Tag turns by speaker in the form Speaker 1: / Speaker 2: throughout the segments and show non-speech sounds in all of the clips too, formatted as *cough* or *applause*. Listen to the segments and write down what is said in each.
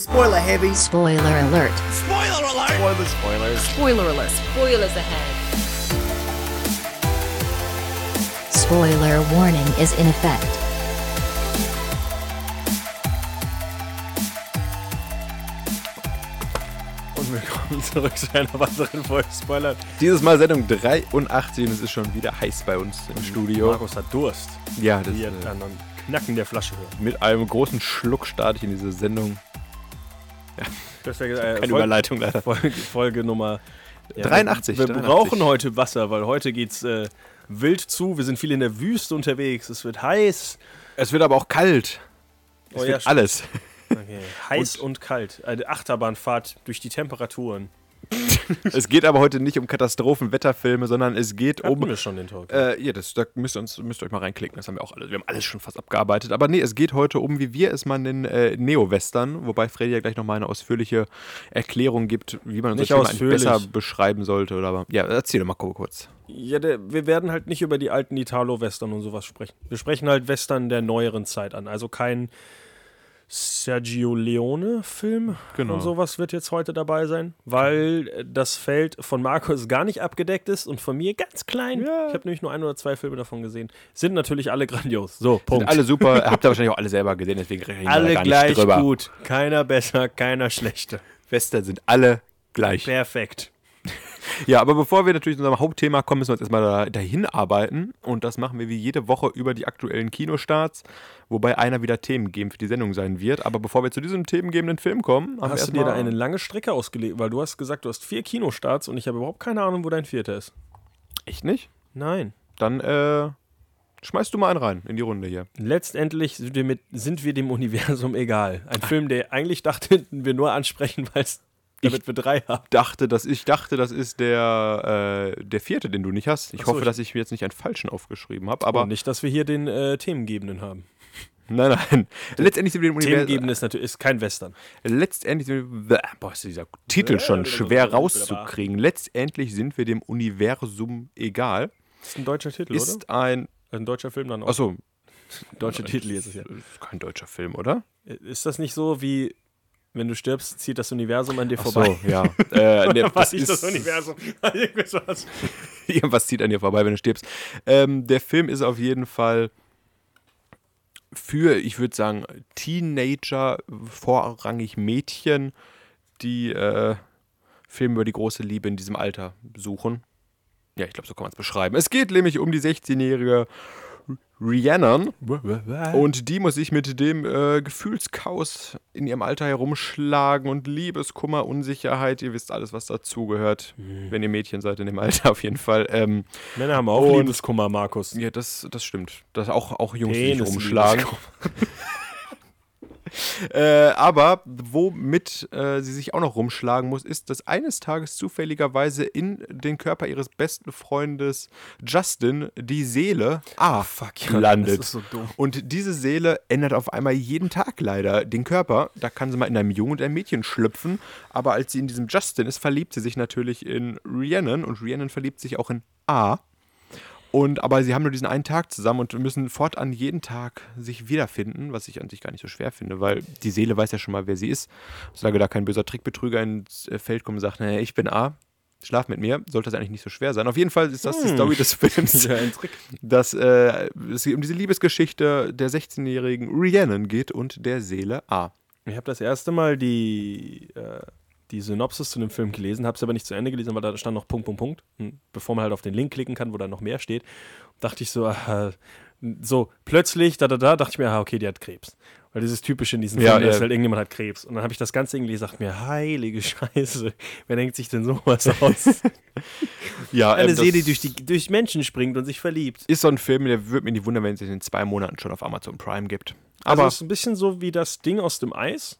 Speaker 1: Spoiler heavy.
Speaker 2: Spoiler alert.
Speaker 1: Spoiler alert.
Speaker 3: Spoilers, spoilers.
Speaker 4: Spoiler alert. Spoilers ahead.
Speaker 2: Spoiler warning is in effect.
Speaker 3: Und willkommen zurück zu einer weiteren Folge Spoiler. Dieses Mal Sendung 83 und es ist schon wieder heiß bei uns im Studio.
Speaker 5: Markus hat Durst.
Speaker 3: Ja, das
Speaker 5: Wie
Speaker 3: äh,
Speaker 5: er dann am Knacken der Flasche hört.
Speaker 3: mit einem großen Schluck starte ich in diese Sendung.
Speaker 5: Deswegen, äh,
Speaker 3: Keine
Speaker 5: Folge-
Speaker 3: Überleitung leider.
Speaker 5: Folge, Folge Nummer ja,
Speaker 3: 83,
Speaker 5: Wir, wir
Speaker 3: 83.
Speaker 5: brauchen heute Wasser, weil heute geht's äh, wild zu. Wir sind viel in der Wüste unterwegs. Es wird heiß.
Speaker 3: Es wird aber auch kalt. Es
Speaker 5: Oh ja,
Speaker 3: wird
Speaker 5: stimmt.
Speaker 3: alles.
Speaker 5: Okay. Heiß und, kalt. Eine Achterbahnfahrt durch die Temperaturen.
Speaker 3: Es geht aber heute nicht um Katastrophenwetterfilme, sondern es geht
Speaker 5: Hatten
Speaker 3: um
Speaker 5: wir schon den Talk.
Speaker 3: Äh, ja, das, da müsst ihr, uns, müsst ihr euch mal reinklicken. Das haben wir auch alles. Wir haben alles schon fast abgearbeitet. Aber nee, es geht heute um, wie wir es mal nennen, äh, Neo-Western. Wobei Freddy ja gleich nochmal eine ausführliche Erklärung gibt, wie man das
Speaker 5: Nicht
Speaker 3: Thema eigentlich
Speaker 5: ausführlich.
Speaker 3: besser beschreiben sollte. Oder, aber- ja, erzähl doch mal kurz.
Speaker 5: ja, der, wir werden halt nicht über die alten Italo-Western und sowas sprechen. Wir sprechen halt Western der neueren Zeit an. Also kein Sergio Leone-Film
Speaker 3: Genau.
Speaker 5: und sowas wird jetzt heute dabei sein, weil äh, das Feld von Markus gar nicht abgedeckt ist und von mir ganz klein.
Speaker 3: Ja.
Speaker 5: Ich habe nämlich nur ein oder zwei Filme davon gesehen. Sind natürlich alle grandios. So, Punkt.
Speaker 3: Sind alle super. *laughs* Habt ihr wahrscheinlich auch alle selber gesehen, deswegen reden wir
Speaker 5: Alle
Speaker 3: da gar
Speaker 5: gleich
Speaker 3: nicht drüber.
Speaker 5: gut. Keiner besser, keiner schlechter.
Speaker 3: Western sind alle gleich.
Speaker 5: Perfekt.
Speaker 3: Ja, aber bevor wir natürlich zu unserem Hauptthema kommen, müssen wir uns erstmal da, dahin arbeiten. Und das machen wir wie jede Woche über die aktuellen Kinostarts, wobei einer wieder Themen geben für die Sendung sein wird. Aber bevor wir zu diesem themengebenden Film kommen, haben
Speaker 5: Hast du
Speaker 3: wir
Speaker 5: dir da eine lange Strecke ausgelegt? Weil du hast gesagt, du hast vier Kinostarts und ich habe überhaupt keine Ahnung, wo dein vierter ist.
Speaker 3: Echt nicht?
Speaker 5: Nein.
Speaker 3: Dann äh, schmeißt du mal einen rein in die Runde hier.
Speaker 5: Letztendlich sind wir, mit, sind wir dem Universum egal. Ein Film, der eigentlich *laughs* dachten wir nur ansprechen, weil es damit wir drei haben.
Speaker 3: Dachte, dass ich dachte, das ist der, äh, der vierte, den du nicht hast. Ich
Speaker 5: so,
Speaker 3: hoffe,
Speaker 5: ich-
Speaker 3: dass ich mir jetzt nicht einen falschen aufgeschrieben habe, aber
Speaker 5: Und nicht, dass wir hier den äh, Themengebenden haben.
Speaker 3: nein, nein. Letztendlich sind wir im Universum.
Speaker 5: Themengebende ist natürlich ist kein Western.
Speaker 3: Letztendlich sind wir, boah, ist dieser Titel schon schwer rauszukriegen. Letztendlich sind wir dem Universum egal.
Speaker 5: Ist ein deutscher Titel, oder? Also
Speaker 3: Ist ein,
Speaker 5: Ein deutscher Film dann auch.
Speaker 3: achso,
Speaker 5: deutscher Titel jetzt ist ja.
Speaker 3: ist kein deutscher Film, oder?
Speaker 5: Ist das nicht so wie, wenn du stirbst, zieht das Universum an dir
Speaker 3: Ach so,
Speaker 5: vorbei?
Speaker 3: ja. äh, nee,
Speaker 5: Was
Speaker 3: das
Speaker 5: ist *laughs*
Speaker 3: ist
Speaker 5: das Universum? Irgendwie sowas.
Speaker 3: *laughs* Irgendwas zieht an dir vorbei, wenn du stirbst. Ähm, der Film ist auf jeden Fall für, ich würde sagen, Teenager, vorrangig Mädchen, die äh, Filme über die große Liebe in diesem Alter suchen. Ja, ich glaube, so kann man es beschreiben. Es geht nämlich um die 16-jährige Rhiannon. Und die muss sich mit dem äh, Gefühlschaos in ihrem Alter herumschlagen und Liebeskummer, Unsicherheit. Ihr wisst alles, was dazugehört, wenn ihr Mädchen seid in dem Alter *laughs* auf jeden Fall. Ähm,
Speaker 5: Männer haben auch
Speaker 3: Und-
Speaker 5: Liebeskummer, Markus.
Speaker 3: ja, das, das stimmt. Das auch, auch Jungs, die sich
Speaker 5: Penis-
Speaker 3: rumschlagen. *laughs* äh, aber womit äh, sie sich auch noch rumschlagen muss, ist, dass eines Tages zufälligerweise in den Körper ihres besten Freundes Justin die Seele ah, fuck,
Speaker 5: Oh, ja,
Speaker 3: landet.
Speaker 5: das ist so dumm.
Speaker 3: Und diese Seele ändert auf einmal jeden Tag leider den Körper. Da kann sie mal in einem Jungen und einem Mädchen schlüpfen. Aber als sie in diesem Justin ist, verliebt sie sich natürlich in Rhiannon und Rhiannon verliebt sich auch in A. Und aber sie haben nur diesen einen Tag zusammen und müssen fortan jeden Tag sich wiederfinden, was ich an sich gar nicht so schwer finde, weil die Seele weiß ja schon mal, wer sie ist. Solange da kein böser Trickbetrüger ins äh, Feld kommt und sagt, naja, ich bin A, schlaf mit mir, sollte das eigentlich nicht so schwer sein. Auf jeden Fall ist das die Story des Films, *laughs* dass äh, es um diese Liebesgeschichte der 16-jährigen Rhiannon geht und der Seele A.
Speaker 5: Ich habe das erste Mal die, äh, die Synopsis zu dem Film gelesen, habe es aber nicht zu Ende gelesen, weil da stand noch Punkt, Punkt, Punkt. Und Bevor man halt auf den Link klicken kann, wo da noch mehr steht, dachte ich so, äh, so plötzlich, da, da, da, dachte ich mir, ah, okay, die hat Krebs. Weil dieses typische in diesen
Speaker 3: Ja,
Speaker 5: Filmen, dass
Speaker 3: ja.
Speaker 5: halt irgendjemand hat Krebs. Und dann habe ich das Ganze irgendwie gesagt, mir, heilige Scheiße, wer denkt sich denn sowas
Speaker 3: *laughs*
Speaker 5: aus?
Speaker 3: Ja, ähm,
Speaker 5: Eine
Speaker 3: das
Speaker 5: Seele, die durch, die durch Menschen springt und sich verliebt.
Speaker 3: ist so ein Film, der würde mir nicht wundern, wenn es den in zwei Monaten schon auf Amazon Prime gibt.
Speaker 5: Aber
Speaker 3: Aber
Speaker 5: also es ist ein bisschen so wie das Ding aus dem Eis,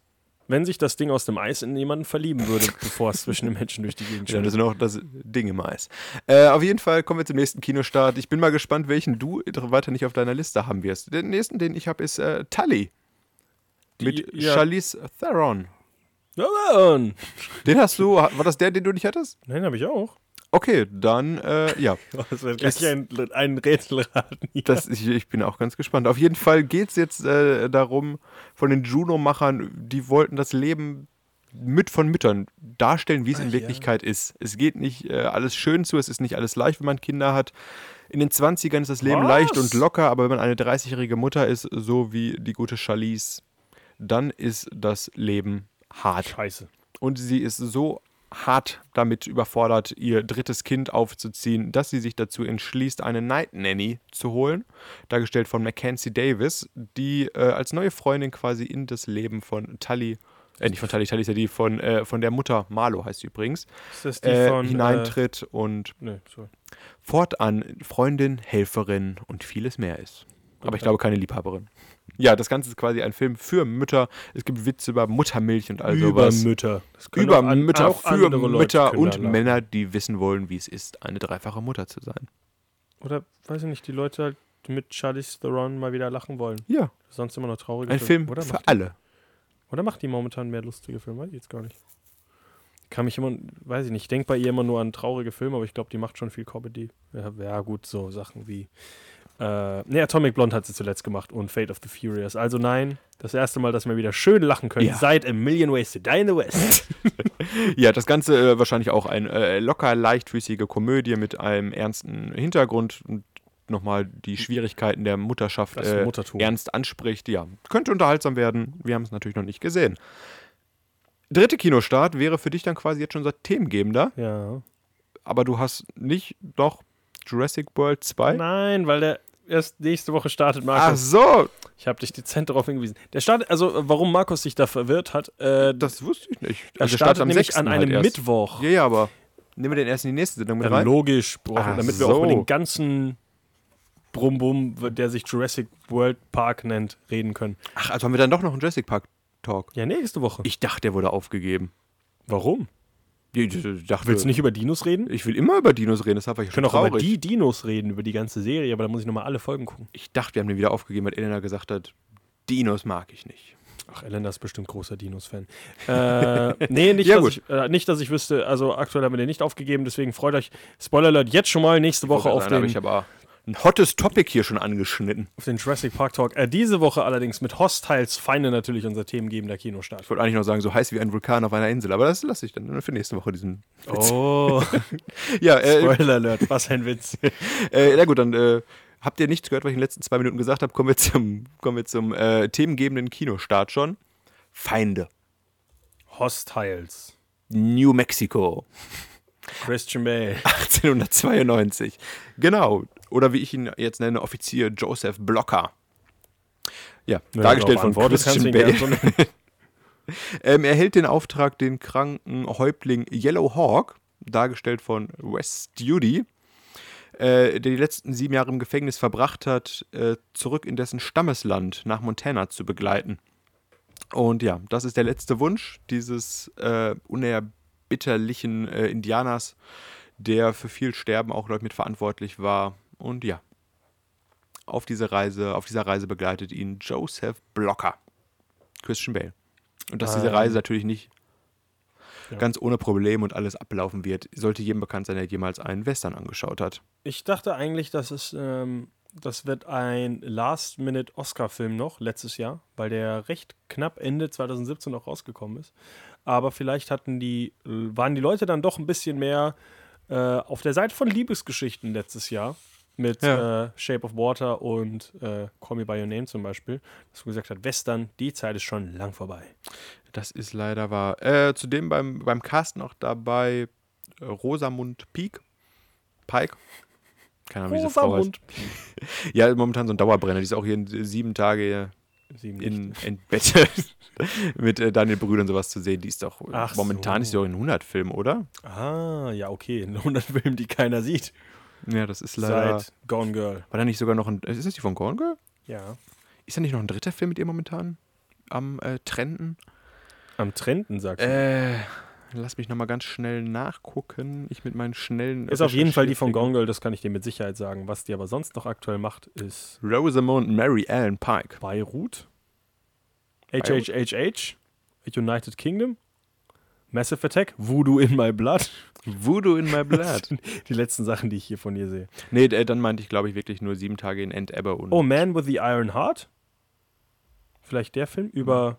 Speaker 5: wenn sich das Ding aus dem Eis in jemanden verlieben *laughs* würde, bevor es zwischen den Menschen durch die Gegend
Speaker 3: Ja,
Speaker 5: springt.
Speaker 3: das ist noch das Ding im Eis. Äh, auf jeden Fall kommen wir zum nächsten Kinostart. Ich bin mal gespannt, welchen du weiter nicht auf deiner Liste haben wirst. Den nächsten, den ich habe, ist äh, Tully. Mit
Speaker 5: ja.
Speaker 3: Charlize Theron.
Speaker 5: Nein,
Speaker 3: Den hast du, war das der, den du nicht hattest?
Speaker 5: habe ich auch.
Speaker 3: Okay, dann, äh, ja.
Speaker 5: Das wird gleich ein, ein Rätselraten. hier.
Speaker 3: Das, ich, ich bin auch ganz gespannt. Auf jeden Fall geht es jetzt äh, darum, von den Juno-Machern, die wollten das Leben mit von Müttern darstellen, wie es in Wirklichkeit ist. Es geht nicht äh, alles schön zu, es ist nicht alles leicht, wenn man Kinder hat. In den 20ern ist das Leben
Speaker 5: Was?
Speaker 3: leicht und locker, aber wenn man eine 30-jährige Mutter ist, so wie die gute Charlize, dann ist das Leben hart.
Speaker 5: Scheiße.
Speaker 3: Und sie ist so hart damit überfordert, ihr drittes Kind aufzuziehen, dass sie sich dazu entschließt, eine Night Nanny zu holen, dargestellt von Mackenzie Davis, die äh, als neue Freundin quasi in das Leben von Tully, äh, nicht von Tully, Tully ist ja die von, äh, von der Mutter, Marlo heißt sie übrigens,
Speaker 5: Ist das die
Speaker 3: äh,
Speaker 5: von. Äh,
Speaker 3: hineintritt und
Speaker 5: nee, sorry.
Speaker 3: fortan Freundin, Helferin und vieles mehr ist. Aber ich
Speaker 5: Äh,
Speaker 3: glaube, keine Liebhaberin. Ja, das Ganze ist quasi ein Film für Mütter. Es gibt Witze über Muttermilch und all
Speaker 5: also
Speaker 3: sowas.
Speaker 5: Mütter. Das können
Speaker 3: Über
Speaker 5: auch an-
Speaker 3: Mütter
Speaker 5: auch
Speaker 3: für
Speaker 5: andere Leute
Speaker 3: Mütter
Speaker 5: können
Speaker 3: und
Speaker 5: da lachen.
Speaker 3: Männer, die wissen wollen, wie es ist, eine dreifache Mutter zu sein.
Speaker 5: Oder, weiß ich nicht, die Leute halt mit Charlize Theron mal wieder lachen wollen.
Speaker 3: Ja,
Speaker 5: Sonst immer noch traurige
Speaker 3: ein Film
Speaker 5: Oder
Speaker 3: für
Speaker 5: macht,
Speaker 3: alle.
Speaker 5: oder macht die momentan mehr lustige Filme? Weiß ich jetzt gar nicht. Kann mich immer, weiß ich nicht, ich denke bei ihr immer nur an traurige Filme, aber ich glaube, die macht schon viel Comedy. Ja, ja gut, so Sachen wie. Äh, nee, Atomic Blonde hat sie zuletzt gemacht und Fate of the Furious. Also nein, das erste Mal, dass wir wieder schön lachen können
Speaker 3: Ja.
Speaker 5: seit A Million Ways to Die in the
Speaker 3: *laughs*
Speaker 5: West.
Speaker 3: Ja, das Ganze äh, wahrscheinlich auch eine äh, locker leichtfüßige Komödie mit einem ernsten Hintergrund und nochmal die Schwierigkeiten der Mutterschaft
Speaker 5: Das
Speaker 3: äh,
Speaker 5: Muttertum.
Speaker 3: ernst anspricht. Ja, könnte unterhaltsam werden. Wir haben es natürlich noch nicht gesehen. Dritte Kinostart wäre für dich dann quasi jetzt schon seit Themengebender,
Speaker 5: ja.
Speaker 3: aber du hast nicht noch Jurassic World 2?
Speaker 5: Nein, weil der erst nächste Woche startet, Markus.
Speaker 3: Ach so,
Speaker 5: Ich habe dich dezent darauf hingewiesen. Der startet, also warum Markus sich da verwirrt hat, äh,
Speaker 3: das wusste ich nicht. Also
Speaker 5: er
Speaker 3: der
Speaker 5: startet,
Speaker 3: startet
Speaker 5: nämlich
Speaker 3: 6.
Speaker 5: an einem
Speaker 3: halt erst.
Speaker 5: Mittwoch.
Speaker 3: Ja, ja, aber nehmen wir den erst in die nächste Sendung mit
Speaker 5: Ja,
Speaker 3: rein.
Speaker 5: logisch, brauchen,
Speaker 3: Ach
Speaker 5: damit wir auch
Speaker 3: so.
Speaker 5: mit dem ganzen Brumbum, der sich Jurassic World Park nennt, reden können.
Speaker 3: Ach, also haben wir dann doch noch einen Jurassic Park Talk.
Speaker 5: Ja, nächste Woche.
Speaker 3: Ich dachte, der wurde aufgegeben.
Speaker 5: warum?
Speaker 3: Ich dachte,
Speaker 5: Willst du nicht über Dinos reden?
Speaker 3: Ich will immer über Dinos reden, deshalb war ich
Speaker 5: Wir
Speaker 3: schon
Speaker 5: können auch über
Speaker 3: traurig.
Speaker 5: die Dinos reden, über die ganze Serie, aber da muss ich nochmal alle Folgen gucken.
Speaker 3: Ich dachte, wir haben den wieder aufgegeben, weil Elena gesagt hat, Dinos mag ich nicht.
Speaker 5: Ach, Elena ist bestimmt großer *laughs* Dinos-Fan. Äh, nee, nicht,
Speaker 3: Ja,
Speaker 5: dass
Speaker 3: gut.
Speaker 5: ich, äh, nicht, dass ich wüsste. Also aktuell haben wir den nicht aufgegeben, deswegen freut euch. Spoiler Alert, jetzt schon mal nächste Woche auf
Speaker 3: Wollte gerade
Speaker 5: den,
Speaker 3: sagen, aber ich aber ein hottes Topic hier schon angeschnitten.
Speaker 5: auf den Jurassic Park Talk. Äh, diese Woche allerdings mit Hostiles Feinde natürlich unser themengebender Kinostart.
Speaker 3: Ich wollte eigentlich noch sagen, so heiß wie ein Vulkan auf einer Insel, aber das lasse ich dann für nächste Woche diesen.
Speaker 5: Oh,
Speaker 3: Ja, äh,
Speaker 5: *laughs* Spoiler Alert, was ein Witz.
Speaker 3: äh, na gut, dann äh, habt ihr nichts gehört, was ich in den letzten zwei Minuten gesagt habe. Kommen wir zum, kommen wir zum äh, themengebenden Kinostart schon. Feinde.
Speaker 5: Hostiles.
Speaker 3: New Mexico.
Speaker 5: Christian
Speaker 3: *laughs*
Speaker 5: Bale.
Speaker 3: 1892. Genau. Oder wie ich ihn jetzt nenne, Offizier Joseph Blocker. Ja, genau, dargestellt von Christian Bale. *laughs* Ähm, er hält den Auftrag, den kranken Häuptling Yellow Hawk, dargestellt von Wes Studi, äh, der die letzten sieben Jahre im Gefängnis verbracht hat, äh, zurück in dessen Stammesland nach Montana zu begleiten. Und ja, das ist der letzte Wunsch dieses äh, unerbitterlichen äh, Indianers, der für viel Sterben auch Leute mit verantwortlich war. Und ja, auf, diese Reise, auf dieser Reise begleitet ihn Joseph Blocker, Christian Bale. Und dass diese
Speaker 5: Ähm,
Speaker 3: Reise natürlich nicht
Speaker 5: ja.
Speaker 3: ganz ohne Probleme und alles ablaufen wird, sollte jedem bekannt sein, der jemals einen Western angeschaut hat.
Speaker 5: Ich dachte eigentlich, das ist, ähm, das wird ein Last-Minute-Oscar-Film noch, letztes Jahr, weil der recht knapp Ende 2017 noch rausgekommen ist. Aber vielleicht hatten die, waren die Leute dann doch ein bisschen mehr äh, auf der Seite von Liebesgeschichten letztes Jahr. Mit
Speaker 3: Ja.
Speaker 5: äh, Shape of Water und äh, Call Me By Your Name zum Beispiel. Dass man gesagt hat, Western, die Zeit ist schon lang vorbei.
Speaker 3: Das ist leider wahr. Äh, zudem beim, beim Casten auch dabei äh, Rosamund Pike. Pike? Keine Ahnung, wie diese Frau
Speaker 5: Rosamund
Speaker 3: heißt. *laughs* Ja, momentan so ein Dauerbrenner. Die ist auch hier in sieben Tage
Speaker 5: Sieben
Speaker 3: in,
Speaker 5: Nächte.
Speaker 3: in Bett *laughs* mit äh, Daniel Brühl und sowas zu sehen. Die ist doch
Speaker 5: Ach
Speaker 3: momentan
Speaker 5: so.
Speaker 3: ist sie auch in 100 Filmen, oder?
Speaker 5: Ah, ja, okay. *laughs* In 100 Filmen, die keiner sieht.
Speaker 3: Ja, das ist leider.
Speaker 5: Seit Gone Girl.
Speaker 3: War da nicht sogar noch ein. Ist das die von Gone Girl?
Speaker 5: Ja.
Speaker 3: Ist da nicht noch ein dritter Film mit ihr momentan am äh, Trenden?
Speaker 5: Am Trenden, sagst du.
Speaker 3: Äh, lass mich nochmal ganz schnell nachgucken. Ich mit meinen schnellen.
Speaker 5: ist auf jeden Fall die von Gone Girl, das kann ich dir mit Sicherheit sagen. Was die aber sonst noch aktuell macht, ist
Speaker 3: Rosamund Mary Ellen Pike.
Speaker 5: Beirut, HHHH, United Kingdom Massive Attack, Voodoo in My Blood.
Speaker 3: Voodoo in my
Speaker 5: Das *laughs*
Speaker 3: blood.
Speaker 5: sind die letzten Sachen, die ich hier von ihr sehe.
Speaker 3: nee, äh, dann meinte ich, glaube ich, wirklich nur sieben Tage in End und
Speaker 5: Oh, Man with the Iron Heart. Vielleicht der Film über.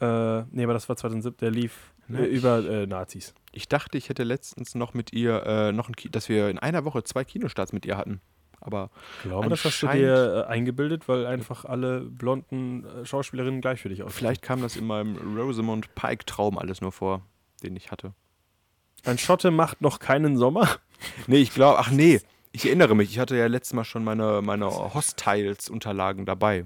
Speaker 5: Äh, nee, aber das war 2007, der lief
Speaker 3: Ne,
Speaker 5: äh, über äh, Nazis.
Speaker 3: Ich dachte, ich hätte letztens noch mit ihr, äh, noch ein Ki dass wir in einer Woche zwei Kinostarts mit ihr hatten. Aber
Speaker 5: Ich glaube, das hast du
Speaker 3: Anscheinend-
Speaker 5: dir äh, eingebildet, weil einfach alle blonden äh, Schauspielerinnen gleich für dich aussehen.
Speaker 3: vielleicht kam das in meinem Rosamund Pike-Traum alles nur vor, den ich hatte.
Speaker 5: Ein Schotte macht noch keinen Sommer.
Speaker 3: Nee, ich glaube, ach nee, ich erinnere mich, ich hatte ja letztes Mal schon meine, meine Hostiles-Unterlagen dabei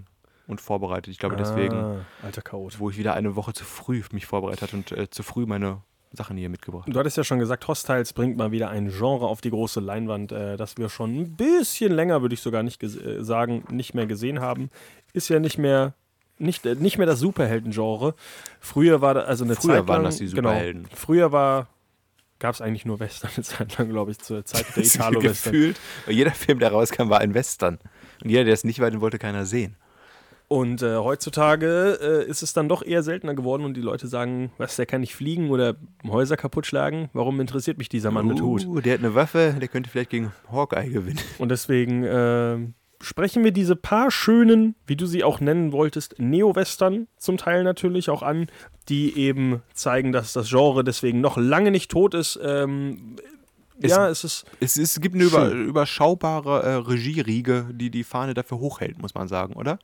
Speaker 3: und vorbereitet. Ich glaube, deswegen,
Speaker 5: Ah, alter Chaot.
Speaker 3: wo ich wieder eine Woche zu früh mich vorbereitet hatte und äh, zu früh meine Sachen hier mitgebracht.
Speaker 5: Du hattest ja schon gesagt, Hostiles bringt mal wieder ein Genre auf die große Leinwand, äh, das wir schon ein bisschen länger, würde ich sogar nicht ges- äh, sagen, nicht mehr gesehen haben. Ist ja nicht mehr nicht, äh, nicht mehr das Superhelden-Genre. Früher war da, also eine
Speaker 3: Früher
Speaker 5: Zeit lang,
Speaker 3: waren das die Superhelden.
Speaker 5: Genau, früher war gab es eigentlich nur Western eine Zeit lang, glaube ich, zur Zeit
Speaker 3: *laughs*
Speaker 5: *laughs* der Italo-Western.
Speaker 3: Gefühlt, jeder Film, der rauskam, war ein Western. Und jeder, der es nicht war, den wollte keiner sehen.
Speaker 5: Und äh, heutzutage äh, ist es dann doch eher seltener geworden und die Leute sagen, was, der kann nicht fliegen oder Häuser kaputt schlagen. Warum interessiert mich dieser Mann mit Hut?
Speaker 3: Uh, der hat eine Waffe, der könnte vielleicht gegen Hawkeye gewinnen. *laughs*
Speaker 5: Und deswegen ähm, sprechen wir diese paar schönen, wie du sie auch nennen wolltest, Neo-Western zum Teil natürlich auch an, die eben zeigen, dass das Genre deswegen noch lange nicht tot ist. Ähm,
Speaker 3: Ist-
Speaker 5: ja, es ist
Speaker 3: Es, es gibt eine über,
Speaker 5: Schön.
Speaker 3: überschaubare äh, Regieriege, die die Fahne dafür hochhält, muss man sagen, oder?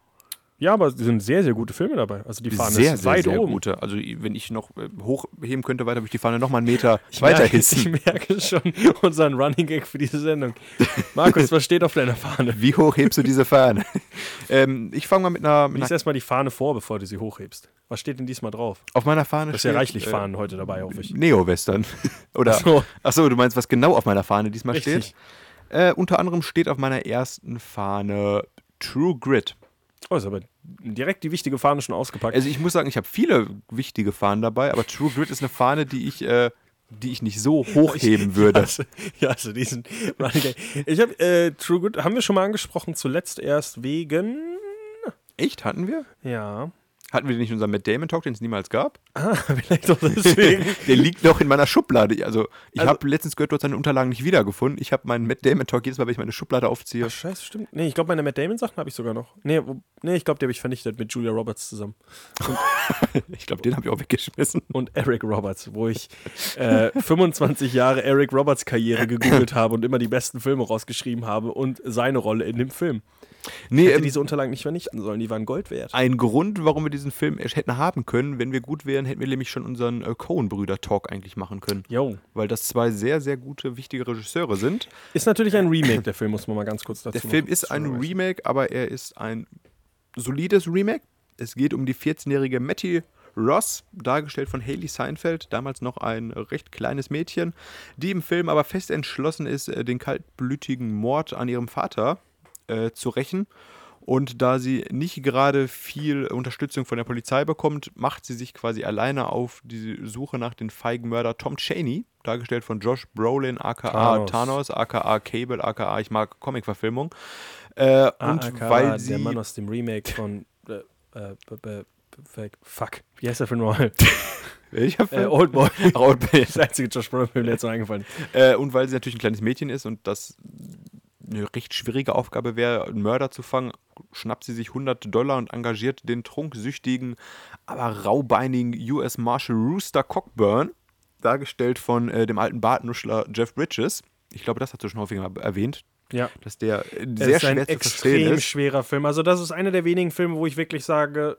Speaker 5: ja, aber es sind sehr, sehr gute Filme dabei. Also die Fahne
Speaker 3: sehr,
Speaker 5: ist
Speaker 3: sehr,
Speaker 5: weit
Speaker 3: sehr
Speaker 5: oben.
Speaker 3: gute. Also i- wenn ich noch äh, hochheben könnte, weiter, würde ich die Fahne noch mal einen Meter
Speaker 5: merke- *laughs*
Speaker 3: weiter
Speaker 5: ich
Speaker 3: hissen.
Speaker 5: merke schon *laughs* unseren Running Gag für diese Sendung. Markus, was steht auf deiner Fahne?
Speaker 3: Wie hoch hebst du
Speaker 5: *laughs*
Speaker 3: diese Fahne? ähm, ich fange mal mit einer. Mit
Speaker 5: Lies
Speaker 3: einer
Speaker 5: erstmal die Fahne vor, bevor du sie hochhebst. Was steht denn diesmal drauf?
Speaker 3: auf meiner Fahne
Speaker 5: Das ist ja
Speaker 3: steht,
Speaker 5: reichlich
Speaker 3: äh,
Speaker 5: Fahnen heute dabei, hoffe ich.
Speaker 3: Neo-Western. *laughs* Oder.
Speaker 5: Ach so.
Speaker 3: Achso, du meinst, was genau auf meiner Fahne diesmal
Speaker 5: Richtig.
Speaker 3: steht? Äh, unter anderem steht auf meiner ersten Fahne True Grit.
Speaker 5: Oh, ist aber direkt die wichtige Fahne schon ausgepackt.
Speaker 3: Also ich muss sagen, ich habe viele wichtige Fahnen dabei, aber True Grit ist eine Fahne, die ich, äh, die ich nicht
Speaker 5: *laughs*
Speaker 3: so hochheben würde.
Speaker 5: Also, ja, also diesen Running Gag. Ich habe äh, True Good haben wir schon mal angesprochen, zuletzt erst wegen
Speaker 3: Echt? Hatten wir?
Speaker 5: ja, *laughs*
Speaker 3: Hatten wir den nicht in unserem Matt Damon Talk, den es niemals gab?
Speaker 5: vielleicht auch deswegen.
Speaker 3: *laughs* Der liegt noch in meiner Schublade. Also ich
Speaker 5: Also-
Speaker 3: habe letztens gehört, du hast deine Unterlagen nicht wiedergefunden. Ich habe meinen Matt Damon Talk jedes Mal, wenn ich meine Schublade aufziehe.
Speaker 5: Ach, scheiße, stimmt. Nee, ich glaube, meine Matt Damon Sachen habe ich sogar noch. Nee, wo, nee ich glaube, die habe ich vernichtet mit Julia Roberts zusammen
Speaker 3: Ich glaube, den habe ich auch weggeschmissen.
Speaker 5: und Eric Roberts, wo ich äh, 25 Jahre Eric Roberts Karriere gegoogelt habe und immer die besten Filme rausgeschrieben habe und seine Rolle in dem Film.
Speaker 3: Nee,
Speaker 5: Ich hätte
Speaker 3: ähm,
Speaker 5: diese Unterlagen nicht vernichten sollen, die waren Gold wert.
Speaker 3: ein Grund, warum wir diesen Film hätten haben können, wenn wir gut wären, hätten wir nämlich schon unseren äh, Cohen-Brüder-Talk eigentlich machen können.
Speaker 5: Yo.
Speaker 3: Weil das zwei sehr, sehr gute, wichtige Regisseure sind.
Speaker 5: Ist natürlich ein Remake, der Film, muss man mal ganz kurz dazu
Speaker 3: Der Film
Speaker 5: noch-
Speaker 3: ist ein
Speaker 5: dazu weisen.
Speaker 3: Remake, aber er ist ein solides Remake. Es geht um die 14-jährige Matty Ross, dargestellt von Haley Seinfeld, damals noch ein recht kleines Mädchen, die im Film aber fest entschlossen ist, äh, den kaltblütigen Mord an ihrem Vater äh, zu rächen. Und da sie nicht gerade viel Unterstützung von der Polizei bekommt, macht sie sich quasi alleine auf die Suche nach dem feigen Mörder Tom Cheney, dargestellt von Josh Brolin, aka
Speaker 5: Thanos.
Speaker 3: Thanos, aka Cable, aka ich mag Comic-Verfilmung. Äh, und
Speaker 5: AKA,
Speaker 3: weil sie
Speaker 5: Ah, der Mann aus dem Remake von äh, äh, b- b- b- Fuck, wie heißt der Film
Speaker 3: *laughs*
Speaker 5: nochmal?
Speaker 3: welcher
Speaker 5: äh,
Speaker 3: Film?
Speaker 5: Oldboy.
Speaker 3: Ach, Old
Speaker 5: *laughs*
Speaker 3: Man.
Speaker 5: Das einzige Josh Brolin-Film, der jetzt noch eingefallen ist.
Speaker 3: äh, und weil sie natürlich ein kleines Mädchen ist und das eine recht schwierige Aufgabe wäre, einen Mörder zu fangen, schnappt sie sich 100 Dollar und engagiert den trunksüchtigen, aber raubeinigen US Marshal Rooster Cockburn, dargestellt von äh, dem alten Bartnuschler Jeff Bridges. Ich glaube, das hast du schon häufiger mal erwähnt,
Speaker 5: Ja.
Speaker 3: dass der äh,
Speaker 5: Es
Speaker 3: sehr
Speaker 5: ist ein
Speaker 3: schwer zu verstehen
Speaker 5: extrem
Speaker 3: ist.
Speaker 5: schwerer Film. Also, das ist einer der wenigen Filme, wo ich wirklich sage,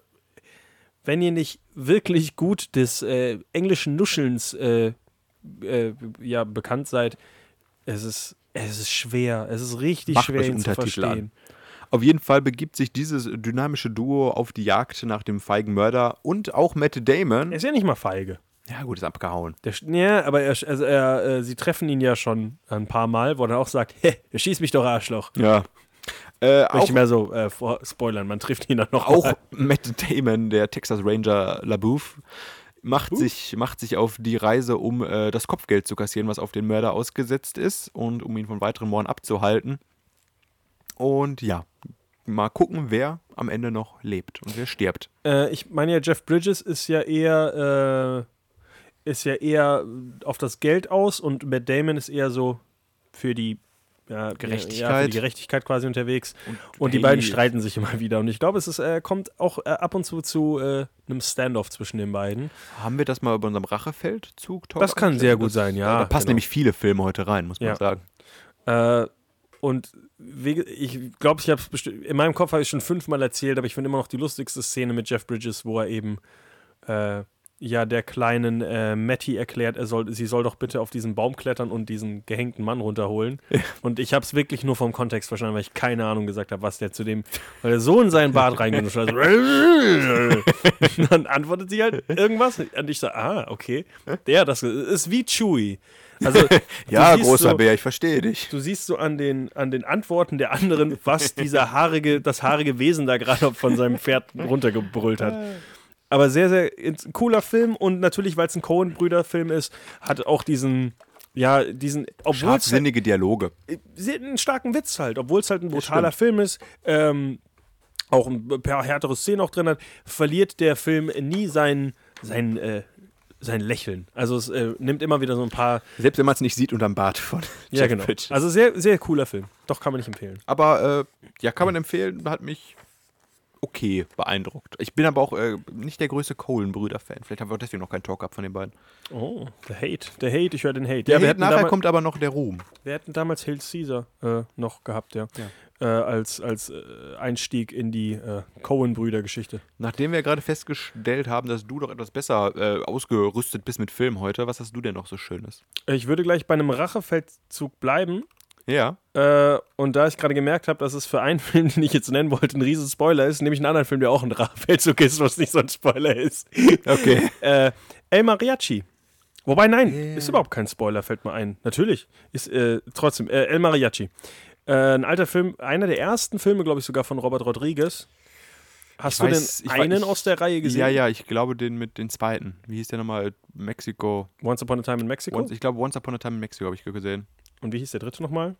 Speaker 5: wenn ihr nicht wirklich gut des äh, englischen Nuschelns äh, äh, ja, bekannt seid, es ist, es ist schwer. Es ist richtig
Speaker 3: Macht
Speaker 5: schwer,
Speaker 3: euch
Speaker 5: ihn zu
Speaker 3: Untertitel an.
Speaker 5: verstehen.
Speaker 3: Auf jeden Fall begibt sich dieses dynamische Duo auf die Jagd nach dem feigen Mörder und auch Matt
Speaker 5: Er
Speaker 3: Damon.
Speaker 5: ist ja nicht mal feige.
Speaker 3: Ja, gut, ist abgehauen.
Speaker 5: Der, sch- ja, aber er, sch- also er, äh, sie treffen ihn ja schon ein paar Mal, wo er dann auch sagt, *laughs* hä, schieß mich doch Arschloch.
Speaker 3: Ja. Äh,
Speaker 5: Möchte ich
Speaker 3: auch,
Speaker 5: mehr so äh, vor spoilern, man trifft ihn dann noch
Speaker 3: auch
Speaker 5: mal.
Speaker 3: Matt Damon, der Texas Ranger LaBouffe, macht sich, macht sich auf die Reise, um äh, das Kopfgeld zu kassieren, was auf den Mörder ausgesetzt ist und um ihn von weiteren Morden abzuhalten. Und ja, mal gucken, wer am Ende noch lebt und wer stirbt.
Speaker 5: Äh, ich meine ja, Jeff Bridges ist ja eher, äh, ist ja eher auf das Geld aus und Matt Damon ist eher so für die ja,
Speaker 3: Gerechtigkeit.
Speaker 5: Ja, für die Gerechtigkeit quasi unterwegs. Und, die
Speaker 3: hey.
Speaker 5: beiden streiten sich immer wieder. Und ich glaube, es ist, äh, kommt auch äh, ab und zu zu äh, einem Standoff zwischen den beiden.
Speaker 3: Haben wir das mal über unserem Rachefeldzug?
Speaker 5: Das kann sehr gut sein, ja,
Speaker 3: Da, da passen
Speaker 5: genau.
Speaker 3: nämlich viele Filme heute rein, muss man
Speaker 5: Ja.
Speaker 3: sagen.
Speaker 5: Äh, und wie, ich glaube, ich habe in meinem Kopf habe ich schon fünfmal erzählt, aber ich finde immer noch die lustigste Szene mit Jeff Bridges, wo er eben äh, ja der kleinen äh, Matty erklärt, er soll, sie soll doch bitte auf diesen Baum klettern und diesen gehängten Mann runterholen. Und ich habe es wirklich nur vom Kontext verstanden, weil ich keine Ahnung gesagt habe, was der zu dem, weil der so in seinen Bart reingenuscht hat. *laughs* so, dann antwortet sie halt irgendwas und ich sage, ah, okay, der, das ist wie Chewie. Also, du
Speaker 3: *laughs* Ja,
Speaker 5: siehst
Speaker 3: großer
Speaker 5: so,
Speaker 3: Bär, ich verstehe dich.
Speaker 5: du siehst so an den, an den Antworten der anderen,
Speaker 3: *laughs*
Speaker 5: was dieser haarige, das haarige Wesen da gerade von seinem Pferd runtergebrüllt hat. Aber sehr, sehr ins- cooler Film und natürlich, weil es ein Cohen-Brüder-Film ist, hat auch diesen, ja, diesen, obwohl es halt,
Speaker 3: Scharfsinnige Dialoge.
Speaker 5: sie hat einen starken Witz halt, obwohl es halt ein brutaler Film ist, ähm, auch ein paar härtere Szenen auch drin hat, verliert der Film nie sein, sein, äh, sein Lächeln. Also es äh, nimmt immer wieder so ein paar.
Speaker 3: Selbst wenn man es nicht sieht unterm Bart von
Speaker 5: Ja,
Speaker 3: Jeff
Speaker 5: genau.
Speaker 3: Bridges.
Speaker 5: Also sehr, sehr cooler Film. Doch kann man nicht empfehlen.
Speaker 3: Aber äh, ja, kann man empfehlen, hat mich okay beeindruckt. Ich bin aber auch äh, nicht der größte Cohen-Brüder-Fan. Vielleicht haben wir auch deswegen noch keinen Talk-Up von den beiden.
Speaker 5: Oh, der Hate. Der Hate, ich höre den Hate.
Speaker 3: Der
Speaker 5: ja, wir
Speaker 3: Hate
Speaker 5: hatten,
Speaker 3: nachher
Speaker 5: damals,
Speaker 3: kommt aber noch der Ruhm.
Speaker 5: wir hatten damals Hail Caesar äh, noch gehabt, ja. Äh, als als äh, Einstieg in die äh, Cohen-Brüder-Geschichte.
Speaker 3: Nachdem wir gerade festgestellt haben, dass du doch etwas besser äh, ausgerüstet bist mit Film heute, was hast du denn noch so Schönes?
Speaker 5: Ich würde gleich bei einem Rachefeldzug bleiben.
Speaker 3: Ja.
Speaker 5: Äh, und da ich gerade gemerkt habe, dass es für einen *laughs* Film, den ich jetzt nennen wollte, ein riesen Spoiler ist, nämlich einen anderen Film, der auch ein Rachefeldzug ist, was nicht so ein Spoiler ist.
Speaker 3: Okay.
Speaker 5: *laughs* äh, El Mariachi. Wobei, nein, ist überhaupt kein Spoiler, fällt mir ein. Natürlich. Ist äh, trotzdem äh, El Mariachi. Äh, ein alter Film, einer der ersten Filme, glaube ich, sogar von Robert Rodriguez. Hast
Speaker 3: Ich
Speaker 5: du
Speaker 3: weiß-
Speaker 5: den
Speaker 3: ich weiß-
Speaker 5: einen
Speaker 3: ich-
Speaker 5: aus der Reihe gesehen?
Speaker 3: Ja, ja, ich glaube den mit den zweiten. Wie hieß der nochmal? Mexiko.
Speaker 5: Once Upon a Time in Mexico.
Speaker 3: Once, ich glaube, Once Upon a Time in Mexico habe ich gesehen.
Speaker 5: Und wie hieß der dritte nochmal?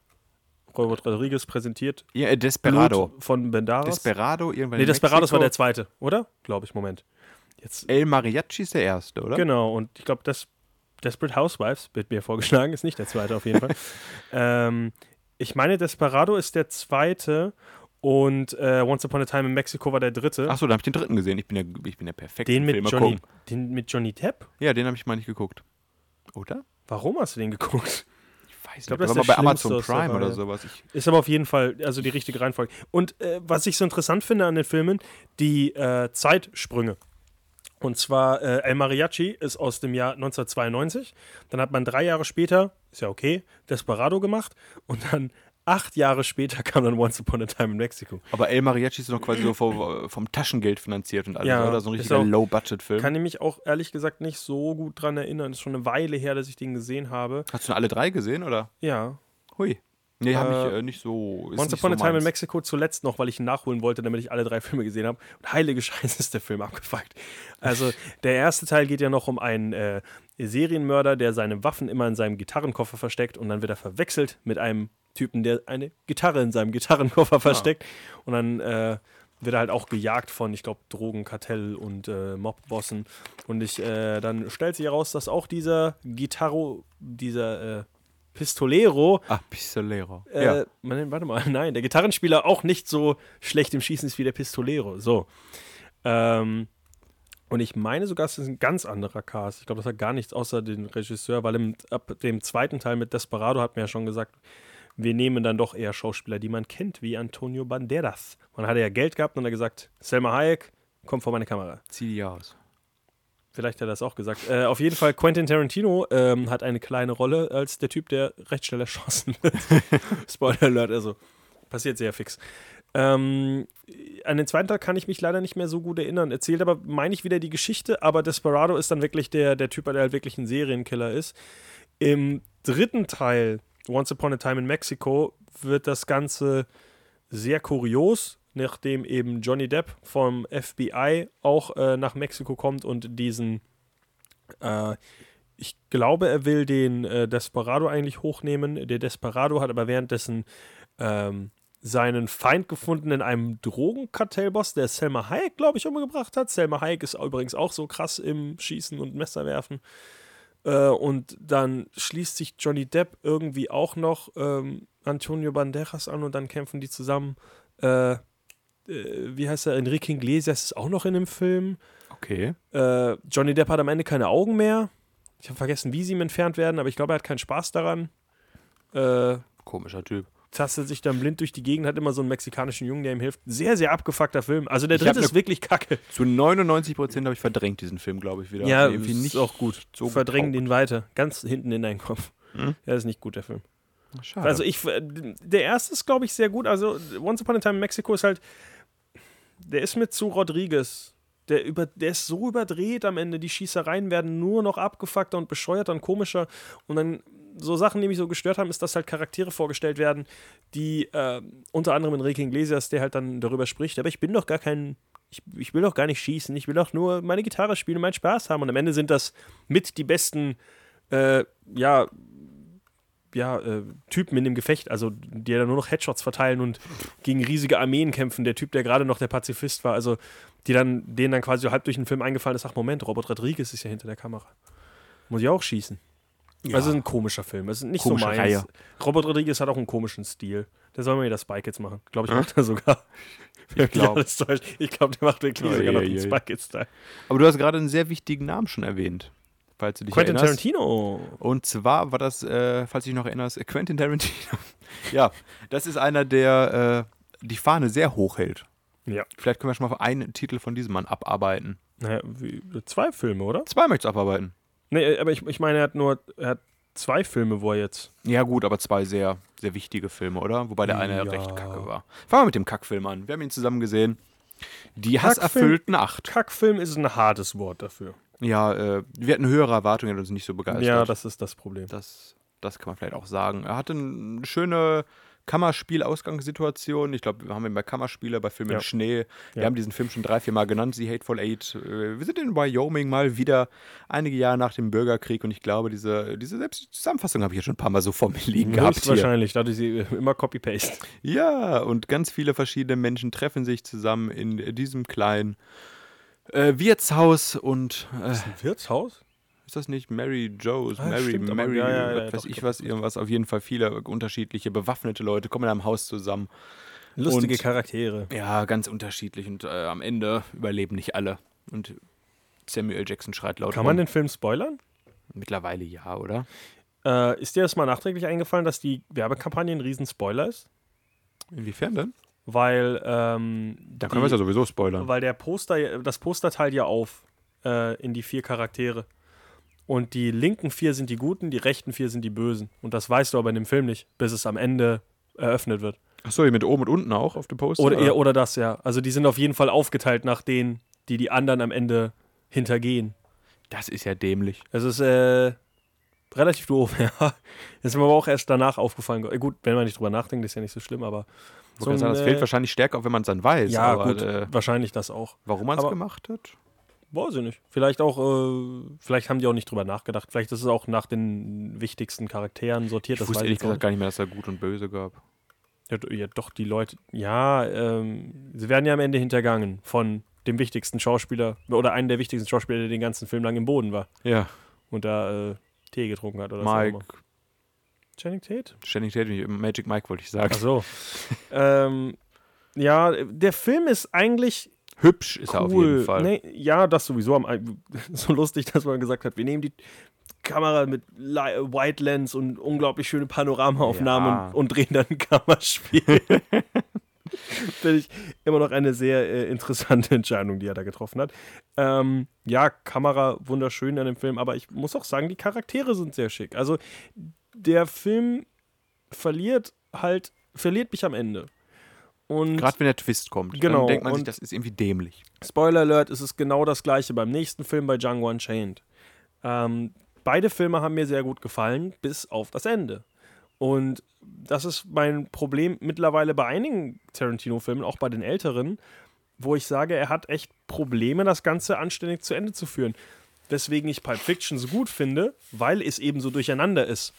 Speaker 5: Robert Rodriguez präsentiert
Speaker 3: Ja, äh, Desperado.
Speaker 5: Blut von Bendaras.
Speaker 3: Desperado, irgendwann
Speaker 5: nee,
Speaker 3: in
Speaker 5: Desperados
Speaker 3: Mexiko.
Speaker 5: war der zweite, oder? Glaube ich, Moment. Jetzt,
Speaker 3: El Mariachi ist der erste, oder?
Speaker 5: Genau, und ich glaube, das Desperate Housewives wird mir vorgeschlagen, ist nicht der zweite auf
Speaker 3: *laughs*
Speaker 5: jeden Fall. ähm, ich meine, Desperado ist der zweite und äh, Once Upon a Time in Mexico war der dritte.
Speaker 3: Achso, da habe ich den dritten gesehen. Ich bin der, ich bin der perfekte
Speaker 5: den, mit
Speaker 3: Filme
Speaker 5: Johnny,
Speaker 3: gucken.
Speaker 5: den mit Johnny Depp?
Speaker 3: Ja, den habe ich mal nicht geguckt. Oder?
Speaker 5: Warum hast du den geguckt?
Speaker 3: Ich weiß nicht.
Speaker 5: glaub,
Speaker 3: das
Speaker 5: das
Speaker 3: war mal
Speaker 5: ist
Speaker 3: bei
Speaker 5: der
Speaker 3: Amazon
Speaker 5: Schlimmste aus der
Speaker 3: Prime oder
Speaker 5: Reihe.
Speaker 3: sowas. Ich,
Speaker 5: Ist aber auf jeden Fall also die richtige Reihenfolge. Und äh, was ich so interessant finde an den Filmen, die äh, Zeitsprünge. Und zwar äh, El Mariachi ist aus dem Jahr 1992. Dann hat man drei Jahre später, ist ja okay, Desperado gemacht. Und dann acht Jahre später *laughs* kam dann Once Upon a Time in Mexico.
Speaker 3: aber El Mariachi ist noch quasi so vom, vom Taschengeld finanziert und alles,
Speaker 5: Ja,
Speaker 3: oder? So ein
Speaker 5: ist
Speaker 3: richtiger
Speaker 5: auch-
Speaker 3: Low-Budget-Film.
Speaker 5: Kann ich mich auch ehrlich gesagt nicht so gut dran erinnern. Ist schon eine Weile her, dass ich den gesehen habe.
Speaker 3: Hast du alle drei gesehen, oder?
Speaker 5: Ja.
Speaker 3: Hui. Nee, haben
Speaker 5: Äh,
Speaker 3: mich äh, nicht so. ist
Speaker 5: Once
Speaker 3: nicht
Speaker 5: Upon
Speaker 3: so
Speaker 5: a Time in
Speaker 3: meins.
Speaker 5: Mexico zuletzt noch, weil ich ihn nachholen wollte, damit ich alle drei Filme gesehen habe. Und heilige *laughs* Scheiße ist der Film abgefuckt. Also der erste Teil geht ja noch um einen äh, Serienmörder, der seine Waffen immer in seinem Gitarrenkoffer versteckt und dann wird er verwechselt mit einem Typen, der eine Gitarre in seinem
Speaker 3: Ah.
Speaker 5: Gitarrenkoffer versteckt. Und dann äh, wird er halt auch gejagt von, ich glaube, Drogenkartell und äh, Mobbossen. Und ich, äh, dann stellt sich heraus, dass auch dieser Gitarro, dieser äh, Pistolero
Speaker 3: Ah, Pistolero.
Speaker 5: äh,
Speaker 3: ja.
Speaker 5: man, warte mal, *laughs* nein, der Gitarrenspieler auch nicht so schlecht im Schießen ist wie der Pistolero. So. Ähm, und ich meine sogar, es ist ein ganz anderer Cast. Ich glaube, das hat gar nichts außer den Regisseur, weil im, ab dem zweiten Teil mit Desperado hat man ja schon gesagt, wir nehmen dann doch eher Schauspieler, die man kennt, wie Antonio Banderas. Man hatte ja Geld gehabt und hat gesagt, Selma Hayek, komm vor meine Kamera.
Speaker 3: Zieh die aus.
Speaker 5: Vielleicht hat er das auch gesagt. Äh, auf jeden Fall, Quentin Tarantino ähm, hat eine kleine Rolle als der Typ, der recht schnell erschossen wird. Spoiler Alert, also passiert sehr fix. Ähm, an den zweiten Tag kann ich mich leider nicht mehr so gut erinnern. Erzählt aber, meine ich, wieder die Geschichte, aber Desperado ist dann wirklich der, der Typ, der halt wirklich ein Serienkiller ist. Im dritten Teil, Once Upon a Time in Mexico, wird das Ganze sehr kurios, nachdem eben Johnny Depp vom FBI auch äh, nach Mexiko kommt und diesen, äh, ich glaube, er will den äh, Desperado eigentlich hochnehmen. Der Desperado hat aber währenddessen ähm, seinen Feind gefunden in einem Drogenkartellboss, der Selma Hayek, glaube ich, umgebracht hat. Selma Hayek ist übrigens auch so krass im Schießen und Messerwerfen. Äh, und dann schließt sich Johnny Depp irgendwie auch noch ähm, Antonio Banderas an und dann kämpfen die zusammen. Äh, äh, wie heißt er? Enrique Iglesias ist auch noch in dem Film.
Speaker 6: Okay.
Speaker 5: Äh, Johnny Depp hat am Ende keine Augen mehr. Ich habe vergessen, wie sie ihm entfernt werden, aber ich glaube, er hat keinen Spaß daran. Äh,
Speaker 6: Komischer Typ.
Speaker 5: tastet sich dann blind durch die Gegend, hat immer so einen mexikanischen Jungen, der ihm hilft. Sehr, sehr abgefuckter Film. Also der
Speaker 3: Ich hab
Speaker 5: dritte ist
Speaker 3: ne-
Speaker 5: wirklich kacke.
Speaker 3: Zu 99 Prozent habe ich verdrängt diesen Film, glaube ich, wieder. Hab ihn irgendwie nicht
Speaker 5: gut.
Speaker 3: so Hm?
Speaker 5: Verdrängen
Speaker 3: getaugt.
Speaker 5: den weiter. Ganz hinten in deinen Kopf. Ja, ist nicht gut, der Film.
Speaker 6: Schade.
Speaker 5: Also ich, der erste ist, glaube ich, sehr gut. Also Once Upon a Time in Mexico ist halt, der ist mit zu Rodriguez. Der, über, der ist so überdreht am Ende. Die Schießereien werden nur noch abgefuckter und bescheuerter und komischer. Und dann so Sachen, die mich so gestört haben, ist, dass halt Charaktere vorgestellt werden, die äh, unter anderem Enrique Iglesias, der halt dann darüber spricht, aber ich bin doch gar kein, ich, ich will doch gar nicht schießen, ich will doch nur meine Gitarre spielen und meinen Spaß haben. Und am Ende sind das mit die besten, äh, ja, ja, äh, Typen in dem Gefecht, also die ja nur noch Headshots verteilen und gegen riesige Armeen kämpfen. Der Typ, der gerade noch der Pazifist war, also die dann, denen dann quasi so halb durch den Film eingefallen ist, ach Moment, Robert Rodriguez ist ja hinter der Kamera. Muss ich auch schießen. Also es ist ein komischer Film. Es ist nicht
Speaker 3: Komische
Speaker 5: so meins.
Speaker 3: Reihe.
Speaker 5: Robert Rodriguez hat auch einen komischen Stil. Der soll mal wieder Spike jetzt machen. Glaube ich, macht er sogar. Ich *laughs*
Speaker 3: glaub.
Speaker 5: glaube, ich glaub, der macht wirklich
Speaker 3: Oi,
Speaker 5: sogar noch
Speaker 3: oi,
Speaker 5: den
Speaker 3: oi.
Speaker 5: Spike jetzt da.
Speaker 3: Aber du hast gerade einen sehr wichtigen Namen schon erwähnt, falls du dich
Speaker 5: Quentin
Speaker 3: erinnerst.
Speaker 5: Tarantino.
Speaker 3: Und zwar war das, äh, falls ich noch erinnerst, äh, Quentin Tarantino. *laughs* ja, das ist einer, der äh, die Fahne sehr hoch hält.
Speaker 5: Ja.
Speaker 3: Vielleicht können wir schon mal einen Titel von diesem Mann abarbeiten.
Speaker 5: Naja, wie, zwei Filme, oder?
Speaker 3: Zwei möchtest du abarbeiten.
Speaker 5: Nee, aber ich, ich meine, er hat nur er hat zwei Filme, wo er jetzt.
Speaker 3: Ja, gut, aber zwei sehr, sehr wichtige Filme, oder? Wobei der eine
Speaker 5: Ja.
Speaker 3: recht kacke war. Fangen wir mit dem Kackfilm an. Wir haben ihn zusammen gesehen. Die hasserfüllten Acht.
Speaker 5: Kackfilm ist ein hartes Wort dafür.
Speaker 3: Ja, äh, wir hatten höhere Erwartungen, er hat uns nicht so begeistert.
Speaker 5: ja, das ist das Problem.
Speaker 3: Das, das kann man vielleicht auch sagen. Er hatte eine schöne Kammerspiel-Ausgangssituation. Ich glaube, wir haben ihn bei Kammerspieler, bei Filmen
Speaker 5: Ja.
Speaker 3: Schnee. Wir
Speaker 5: Ja.
Speaker 3: haben diesen Film schon drei, vier Mal genannt, The Hateful Eight. Äh, Wir sind in Wyoming mal wieder, einige Jahre nach dem Bürgerkrieg. Und ich glaube, diese, diese selbst die Zusammenfassung habe ich ja schon ein paar Mal so vor mir liegen gehabt. Hier.
Speaker 5: wahrscheinlich, da hatte sie immer Copy-Paste.
Speaker 3: Ja, und ganz viele verschiedene Menschen treffen sich zusammen in diesem kleinen äh, Wirtshaus und äh,
Speaker 5: Ein Wirtshaus?
Speaker 3: ist das nicht Mary Joe's,
Speaker 5: Ah,
Speaker 3: Mary,
Speaker 5: stimmt, aber-
Speaker 3: Mary,
Speaker 5: ja, ja, ja,
Speaker 3: was weiß
Speaker 5: doch,
Speaker 3: ich
Speaker 5: doch,
Speaker 3: was, irgendwas, auf jeden Fall viele unterschiedliche bewaffnete Leute kommen in einem Haus zusammen.
Speaker 5: Lustige
Speaker 3: Und-
Speaker 5: Charaktere.
Speaker 3: Ja, ganz unterschiedlich und äh, am Ende überleben nicht alle. Und Samuel Jackson schreit laut.
Speaker 5: Kann man
Speaker 3: rum.
Speaker 5: den Film spoilern?
Speaker 3: Mittlerweile ja, oder?
Speaker 5: Äh, ist dir das mal nachträglich eingefallen, dass die Werbekampagne ein Riesen-Spoiler ist?
Speaker 3: Inwiefern denn?
Speaker 5: Weil, ähm,
Speaker 3: Da können wir es ja sowieso spoilern.
Speaker 5: weil der Poster, das Poster teilt ja auf äh, in die vier Charaktere. Und die linken vier sind die Guten, die rechten vier sind die Bösen. Und das weißt du aber in dem Film nicht, bis es am Ende eröffnet wird.
Speaker 3: Achso, hier mit oben und unten auch auf dem Poster?
Speaker 5: Oder, eher, oder das, ja. Also die sind auf jeden Fall aufgeteilt nach denen, die die anderen am Ende hintergehen.
Speaker 3: das ist ja dämlich.
Speaker 5: Es ist äh, relativ doof, *laughs* ja. Ist mir aber auch erst danach aufgefallen. Äh, Gut, wenn man nicht drüber nachdenkt, ist ja nicht so schlimm, aber
Speaker 3: Wo kannst du sagen,
Speaker 5: ein,
Speaker 3: das
Speaker 5: äh,
Speaker 3: fehlt wahrscheinlich stärker, auch wenn man es dann weiß.
Speaker 5: Ja,
Speaker 3: aber,
Speaker 5: gut,
Speaker 3: Äh,
Speaker 5: wahrscheinlich das auch.
Speaker 3: warum man es
Speaker 5: aber-
Speaker 3: gemacht hat?
Speaker 5: Weiß ich nicht. Vielleicht auch, äh, vielleicht haben die auch nicht drüber nachgedacht. Vielleicht ist es auch nach den wichtigsten Charakteren sortiert.
Speaker 3: Ich
Speaker 5: weiß
Speaker 3: wusste ehrlich
Speaker 5: jetzt auch
Speaker 3: gesagt gar nicht mehr, dass da gut und böse gab.
Speaker 5: Ja, d- ja, doch, die Leute, ja, ähm, sie werden ja am Ende hintergangen von dem wichtigsten Schauspieler oder einem der wichtigsten Schauspieler, der den ganzen Film lang im Boden war
Speaker 3: Ja,
Speaker 5: und da äh, Tee getrunken hat oder was auch
Speaker 3: Mike,
Speaker 5: immer. Channing
Speaker 3: *laughs*
Speaker 5: Tate?
Speaker 3: ständig Tatum, Magic Mike wollte ich sagen.
Speaker 5: Ach so. ähm, ja, der Film ist eigentlich
Speaker 3: Hübsch ist
Speaker 5: cool.
Speaker 3: er auf jeden Fall.
Speaker 5: Nee, ja, das sowieso. Am, *laughs* so lustig, dass man gesagt hat, wir nehmen die Kamera mit Li- White Lens und unglaublich schöne Panoramaaufnahmen
Speaker 3: Ja.
Speaker 5: und, und drehen dann ein Kammerspiel. *laughs* Finde ich immer noch eine sehr äh, interessante Entscheidung, die er da getroffen hat. Ähm, ja, Kamera wunderschön an dem Film, aber ich muss auch sagen, die Charaktere sind sehr schick. Also der Film verliert halt, verliert mich am Ende. Und
Speaker 3: Gerade wenn der Twist kommt,
Speaker 5: Genau,
Speaker 3: dann denkt man sich,
Speaker 5: und-
Speaker 3: das ist irgendwie dämlich.
Speaker 5: Spoiler Alert, es ist genau das gleiche beim nächsten Film bei Django Unchained. Ähm, beide Filme haben mir sehr gut gefallen, bis auf das Ende. Und das ist mein Problem mittlerweile bei einigen Tarantino-Filmen, auch bei den älteren, wo ich sage, er hat echt Probleme, das Ganze anständig zu Ende zu führen. Weswegen ich Pulp Fiction so gut finde, weil es eben so durcheinander ist.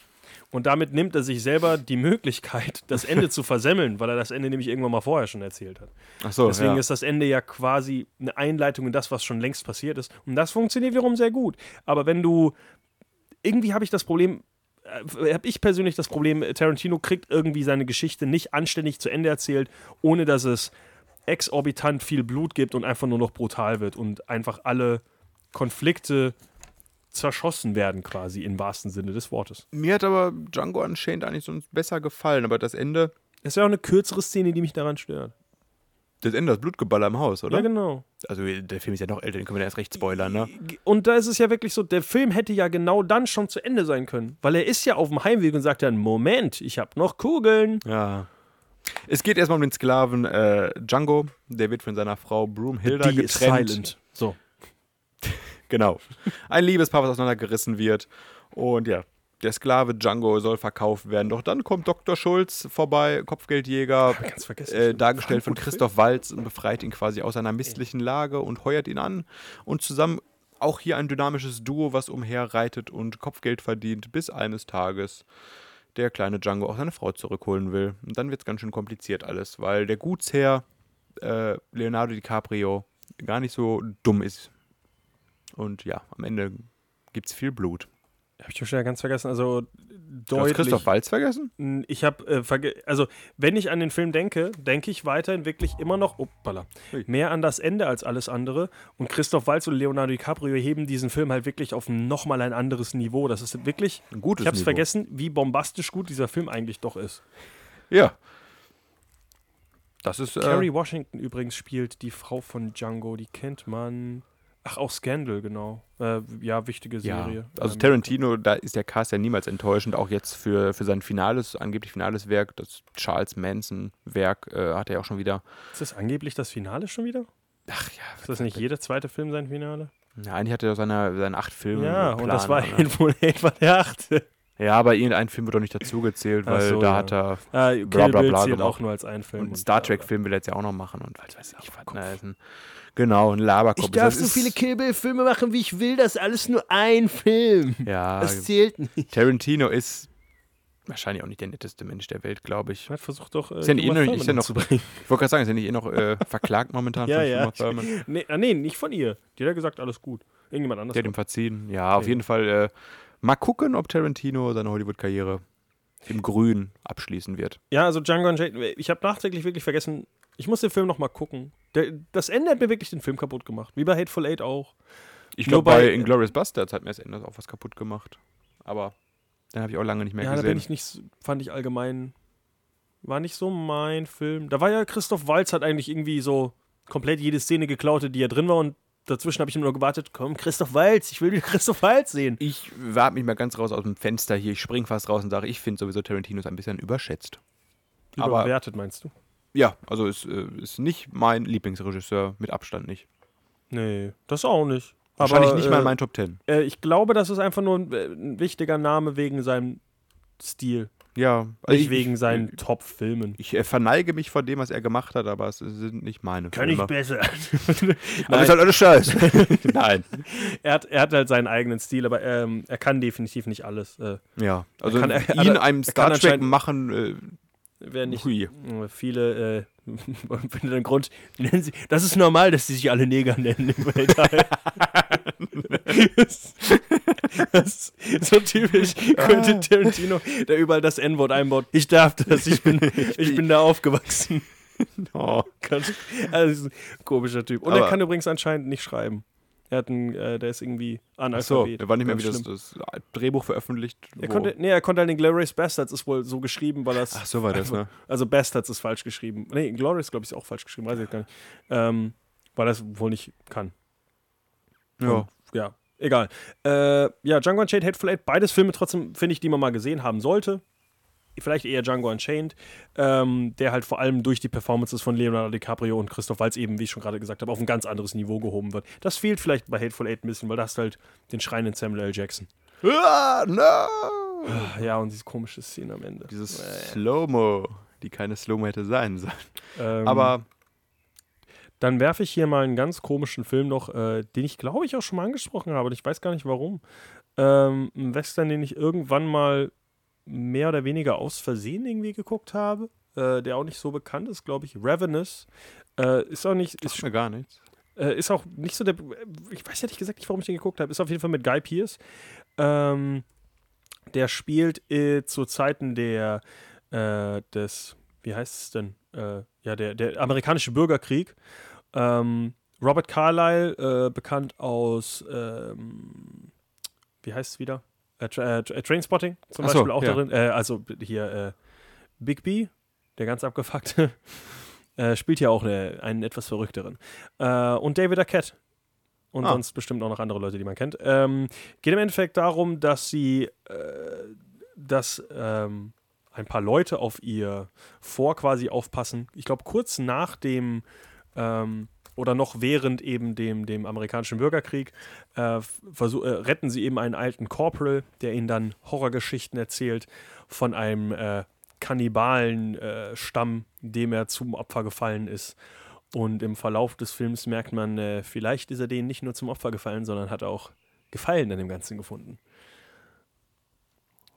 Speaker 5: Und damit nimmt er sich selber die Möglichkeit, das Ende zu versemmeln, weil er das Ende nämlich irgendwann mal vorher schon erzählt hat.
Speaker 3: Achso,
Speaker 5: Deswegen ist das Ende ja quasi eine Einleitung in das, was schon längst passiert ist. Und das funktioniert wiederum sehr gut. Aber wenn du irgendwie habe ich das Problem, äh, habe ich persönlich das Problem, äh, Tarantino kriegt irgendwie seine Geschichte nicht anständig zu Ende erzählt, ohne dass es exorbitant viel Blut gibt und einfach nur noch brutal wird und einfach alle Konflikte zerschossen werden quasi im wahrsten Sinne des Wortes.
Speaker 3: Mir hat aber Django Unchained eigentlich sonst besser gefallen, aber das Ende,
Speaker 5: Es ist ja auch eine kürzere Szene, die mich daran stört.
Speaker 3: das Ende, das Blutgeballer im Haus, oder?
Speaker 5: Ja, genau.
Speaker 3: Also der Film ist ja noch älter, den können wir da erst recht spoilern, ne?
Speaker 5: Und da ist es ja wirklich so, der Film hätte ja genau dann schon zu Ende sein können. Weil er ist ja auf dem Heimweg und sagt dann, Moment, ich habe noch Kugeln.
Speaker 3: Ja. Es geht erstmal um den Sklaven äh, Django, der wird von seiner Frau Broomhilda
Speaker 5: Die ist
Speaker 3: getrennt.
Speaker 5: silent. So.
Speaker 3: Genau. Ein Liebespaar, was auseinandergerissen wird. Und ja, der Sklave Django soll verkauft werden. Doch dann kommt Dr. Schulz vorbei, Kopfgeldjäger,
Speaker 5: ganz vergessen.
Speaker 3: äh, dargestellt von Christoph Walz und befreit ihn quasi aus einer misslichen Lage und heuert ihn an. Und zusammen auch hier ein dynamisches Duo, was umherreitet und Kopfgeld verdient, bis eines Tages der kleine Django auch seine Frau zurückholen will. Und dann wird es ganz schön kompliziert alles, weil der Gutsherr äh, Leonardo DiCaprio gar nicht so dumm ist. Und ja, am Ende gibt es viel Blut.
Speaker 5: Habe ich schon wieder ganz vergessen. Also
Speaker 3: Du hast
Speaker 5: deutlich.
Speaker 3: Christoph Walz vergessen?
Speaker 5: Ich habe, äh, verge- also wenn ich an den Film denke, denke ich weiterhin wirklich immer noch, uppala,
Speaker 3: Ui.
Speaker 5: mehr an das Ende als alles andere. Und Christoph Waltz und Leonardo DiCaprio heben diesen Film halt wirklich auf nochmal ein anderes Niveau. Das ist wirklich,
Speaker 3: Ein gutes
Speaker 5: ich habe es
Speaker 3: Niveau.
Speaker 5: vergessen, wie bombastisch gut dieser Film eigentlich doch ist.
Speaker 3: Ja. Das ist. Äh,
Speaker 5: Kerry Washington übrigens spielt die Frau von Django, die kennt man. Ach, auch Scandal, genau. Äh, ja, wichtige Serie.
Speaker 3: ja. Also
Speaker 5: Ähm,
Speaker 3: Tarantino, da ist der Cast ja niemals enttäuschend. Auch jetzt für, für sein finales, angeblich finales Werk, das Charles Manson-Werk, äh, hat er ja auch schon wieder.
Speaker 5: Ist das angeblich das Finale schon wieder?
Speaker 3: Ach ja.
Speaker 5: Ist das nicht jeder zweite Film sein Finale?
Speaker 3: ja eigentlich hatte er seine, seine acht Filme.
Speaker 5: Ja,
Speaker 3: im
Speaker 5: und das
Speaker 3: Plan,
Speaker 5: *laughs* war
Speaker 3: ne?
Speaker 5: wohl etwa der achte. Äh,
Speaker 3: Ja, aber irgendein Film wird doch nicht dazugezählt,
Speaker 5: Ach
Speaker 3: weil
Speaker 5: so,
Speaker 3: da
Speaker 5: ja.
Speaker 3: hat er.
Speaker 5: Ah, Kill
Speaker 3: Bla, bla,
Speaker 5: Bill
Speaker 3: bla
Speaker 5: zählt
Speaker 3: gemacht.
Speaker 5: auch nur als ein Film.
Speaker 3: Und einen Star Trek-Film will er jetzt ja auch noch machen und was weiß ich, was. ne, ist ein- Genau, ein Laberkopf. Das ist-
Speaker 5: Kill Bill-Filme machen, wie ich will. Das ist alles nur ein Film.
Speaker 3: Ja,
Speaker 5: zählt nicht.
Speaker 3: Tarantino ist wahrscheinlich auch nicht der netteste Mensch der Welt, glaube ich.
Speaker 5: Man versucht doch, äh,
Speaker 3: Ist ja nicht eh
Speaker 5: Uma
Speaker 3: noch-
Speaker 5: Thurman
Speaker 3: ist ja noch-
Speaker 5: umzubringen.
Speaker 3: Ich wollte gerade sagen, ist er nicht eh noch
Speaker 5: *laughs*
Speaker 3: äh, verklagt momentan
Speaker 5: Ja,
Speaker 3: von
Speaker 5: ja.
Speaker 3: Uma Thurman?
Speaker 5: Nee, ah, nee, nicht von ihr. Die hat ja gesagt, alles gut. Irgendjemand anders.
Speaker 3: Der hat ihm verziehen. Ja, auf
Speaker 5: Okay.
Speaker 3: jeden Fall. Äh, mal gucken, ob Tarantino seine Hollywood-Karriere im Grün abschließen wird.
Speaker 5: Ja, also Django und Jane, ich habe nachträglich wirklich vergessen, ich muss den Film nochmal gucken. Der, das Ende hat mir wirklich den Film kaputt gemacht. Wie bei Hateful Eight auch.
Speaker 3: Ich
Speaker 5: Nur
Speaker 3: glaube, bei,
Speaker 5: bei-
Speaker 3: Inglourious Basterds hat mir das Ende auch was kaputt gemacht. Aber dann habe ich auch lange nicht mehr
Speaker 5: Ja, da bin
Speaker 3: gesehen.
Speaker 5: ich nicht, s- fand ich allgemein, war nicht so mein Film. Da war ja Christoph Walz hat eigentlich irgendwie so komplett jede Szene geklaut, die ja drin war und dazwischen habe ich immer nur gewartet, komm, Christoph Walz, ich will wieder *laughs* Christoph Walz sehen.
Speaker 3: Ich warte mich mal ganz raus aus dem Fenster hier. Ich spring fast raus und sage, ich finde sowieso Tarantino ist ein bisschen überschätzt. Aber-
Speaker 5: Überwertet, meinst du?
Speaker 3: Ja, also ist, äh, ist nicht mein Lieblingsregisseur, mit Abstand nicht.
Speaker 5: Nee, das auch nicht.
Speaker 3: Wahrscheinlich nicht mal
Speaker 5: äh,
Speaker 3: in meinen Top Ten.
Speaker 5: Äh, ich glaube, das ist einfach nur ein, äh, ein wichtiger Name wegen seinem Stil,
Speaker 3: Ja, also
Speaker 5: nicht wegen seinen Top-Filmen.
Speaker 3: Ich äh, verneige mich vor dem, was er gemacht hat, aber es sind nicht meine.
Speaker 5: *laughs*
Speaker 3: Filme.
Speaker 5: besser.
Speaker 3: Aber ist halt
Speaker 5: *laughs*
Speaker 3: alles Scheiß. Nein.
Speaker 5: Also er, hat, er hat halt seinen eigenen Stil, aber ähm, er kann definitiv nicht alles. Äh,
Speaker 3: Ja, also
Speaker 5: kann- er-
Speaker 3: ihn
Speaker 5: er-
Speaker 3: einem
Speaker 5: er
Speaker 3: Star
Speaker 5: kann
Speaker 3: Trek
Speaker 5: anscheinend-
Speaker 3: machen,
Speaker 5: wer
Speaker 3: äh,
Speaker 5: nicht
Speaker 3: hui.
Speaker 5: Äh, Viele, äh, *laughs* wenn den Grund, nennen sie, das ist normal, dass sie sich alle Neger nennen im
Speaker 3: *laughs*
Speaker 5: Weltall. das, das, ist so typisch
Speaker 3: Ah.
Speaker 5: Quentin Tarantino, der überall das N-Wort einbaut. Ich darf das, ich
Speaker 3: *laughs*
Speaker 5: bin, ich bin da aufgewachsen.
Speaker 3: Oh.
Speaker 5: Ganz- Also, das ist ein komischer Typ. Und er
Speaker 3: Aber-
Speaker 5: kann übrigens anscheinend nicht schreiben. Er hat einen, äh, der ist irgendwie
Speaker 3: So,
Speaker 5: Analphabet.
Speaker 3: er war nicht mehr
Speaker 5: Ganz
Speaker 3: wie das,
Speaker 5: schlimm.
Speaker 3: das Drehbuch veröffentlicht.
Speaker 5: Er
Speaker 3: wo-
Speaker 5: konnte, nee, er konnte halt den Glorious Bastards, ist wohl so geschrieben, weil das.
Speaker 3: Ach, so war das, ne?
Speaker 5: Also Bastards ist falsch geschrieben. Nee, Glorious, glaube ich, ist auch falsch geschrieben, weiß ich jetzt gar nicht. Ähm, weil das wohl nicht kann.
Speaker 3: ja.
Speaker 5: Ja, egal. Äh, ja, Django Unchained, Hateful Eight, beides Filme trotzdem, finde ich, die man mal gesehen haben sollte. Vielleicht eher Django Unchained, ähm, der halt vor allem durch die Performances von Leonardo DiCaprio und Christoph Waltz eben, wie ich schon gerade gesagt habe, auf ein ganz anderes Niveau gehoben wird. Das fehlt vielleicht bei Hateful Eight ein bisschen, weil da hast du halt den schreienden Samuel L. Jackson.
Speaker 3: Ah, no!
Speaker 5: Ja, und diese komische Szene am Ende.
Speaker 3: Dieses
Speaker 5: äh.
Speaker 3: Slow-Mo, die keine Slow-Mo hätte sein sollen.
Speaker 5: Ähm,
Speaker 3: Aber
Speaker 5: Dann werfe ich hier mal einen ganz komischen Film noch, äh, den ich glaube ich auch schon mal angesprochen habe. und Ich weiß gar nicht warum. Ähm, ein Western, den ich irgendwann mal mehr oder weniger aus Versehen irgendwie geguckt habe, äh, der auch nicht so bekannt ist, glaube ich. Ravenous. Äh, ist auch nicht,
Speaker 3: ist
Speaker 5: ist,
Speaker 3: mir gar nichts.
Speaker 5: äh, ist auch nicht so der. Ich weiß ehrlich gesagt nicht, warum ich den geguckt habe. Ist auf jeden Fall mit Guy Pearce. Ähm, der spielt äh, zu Zeiten der äh, des, wie heißt es denn? Äh, ja, der, der amerikanische Bürgerkrieg. Ähm, Robert Carlyle, äh, bekannt aus, ähm, wie heißt es wieder? Äh, Tra äh, Tra- äh, Trainspotting zum
Speaker 6: Ach so,
Speaker 5: Beispiel auch
Speaker 6: ja.
Speaker 5: darin. Äh, also hier äh, Big B, der ganz abgefuckte, *laughs* äh, spielt hier auch eine, einen etwas verrückteren. Äh, und David Arquette. Und
Speaker 6: Ah.
Speaker 5: sonst bestimmt auch noch andere Leute, die man kennt. Ähm, geht im Endeffekt darum, dass sie, äh, dass ähm, ein paar Leute auf ihr Vor quasi aufpassen. Ich glaube, kurz nach dem ähm, oder noch während eben dem, dem amerikanischen Bürgerkrieg äh, versuch, äh, retten sie eben einen alten Corporal, der ihnen dann Horrorgeschichten erzählt von einem äh, Kannibalenstamm, dem er zum Opfer gefallen ist. Und im Verlauf des Films merkt man, äh, vielleicht ist er denen nicht nur zum Opfer gefallen, sondern hat auch Gefallen an dem Ganzen gefunden.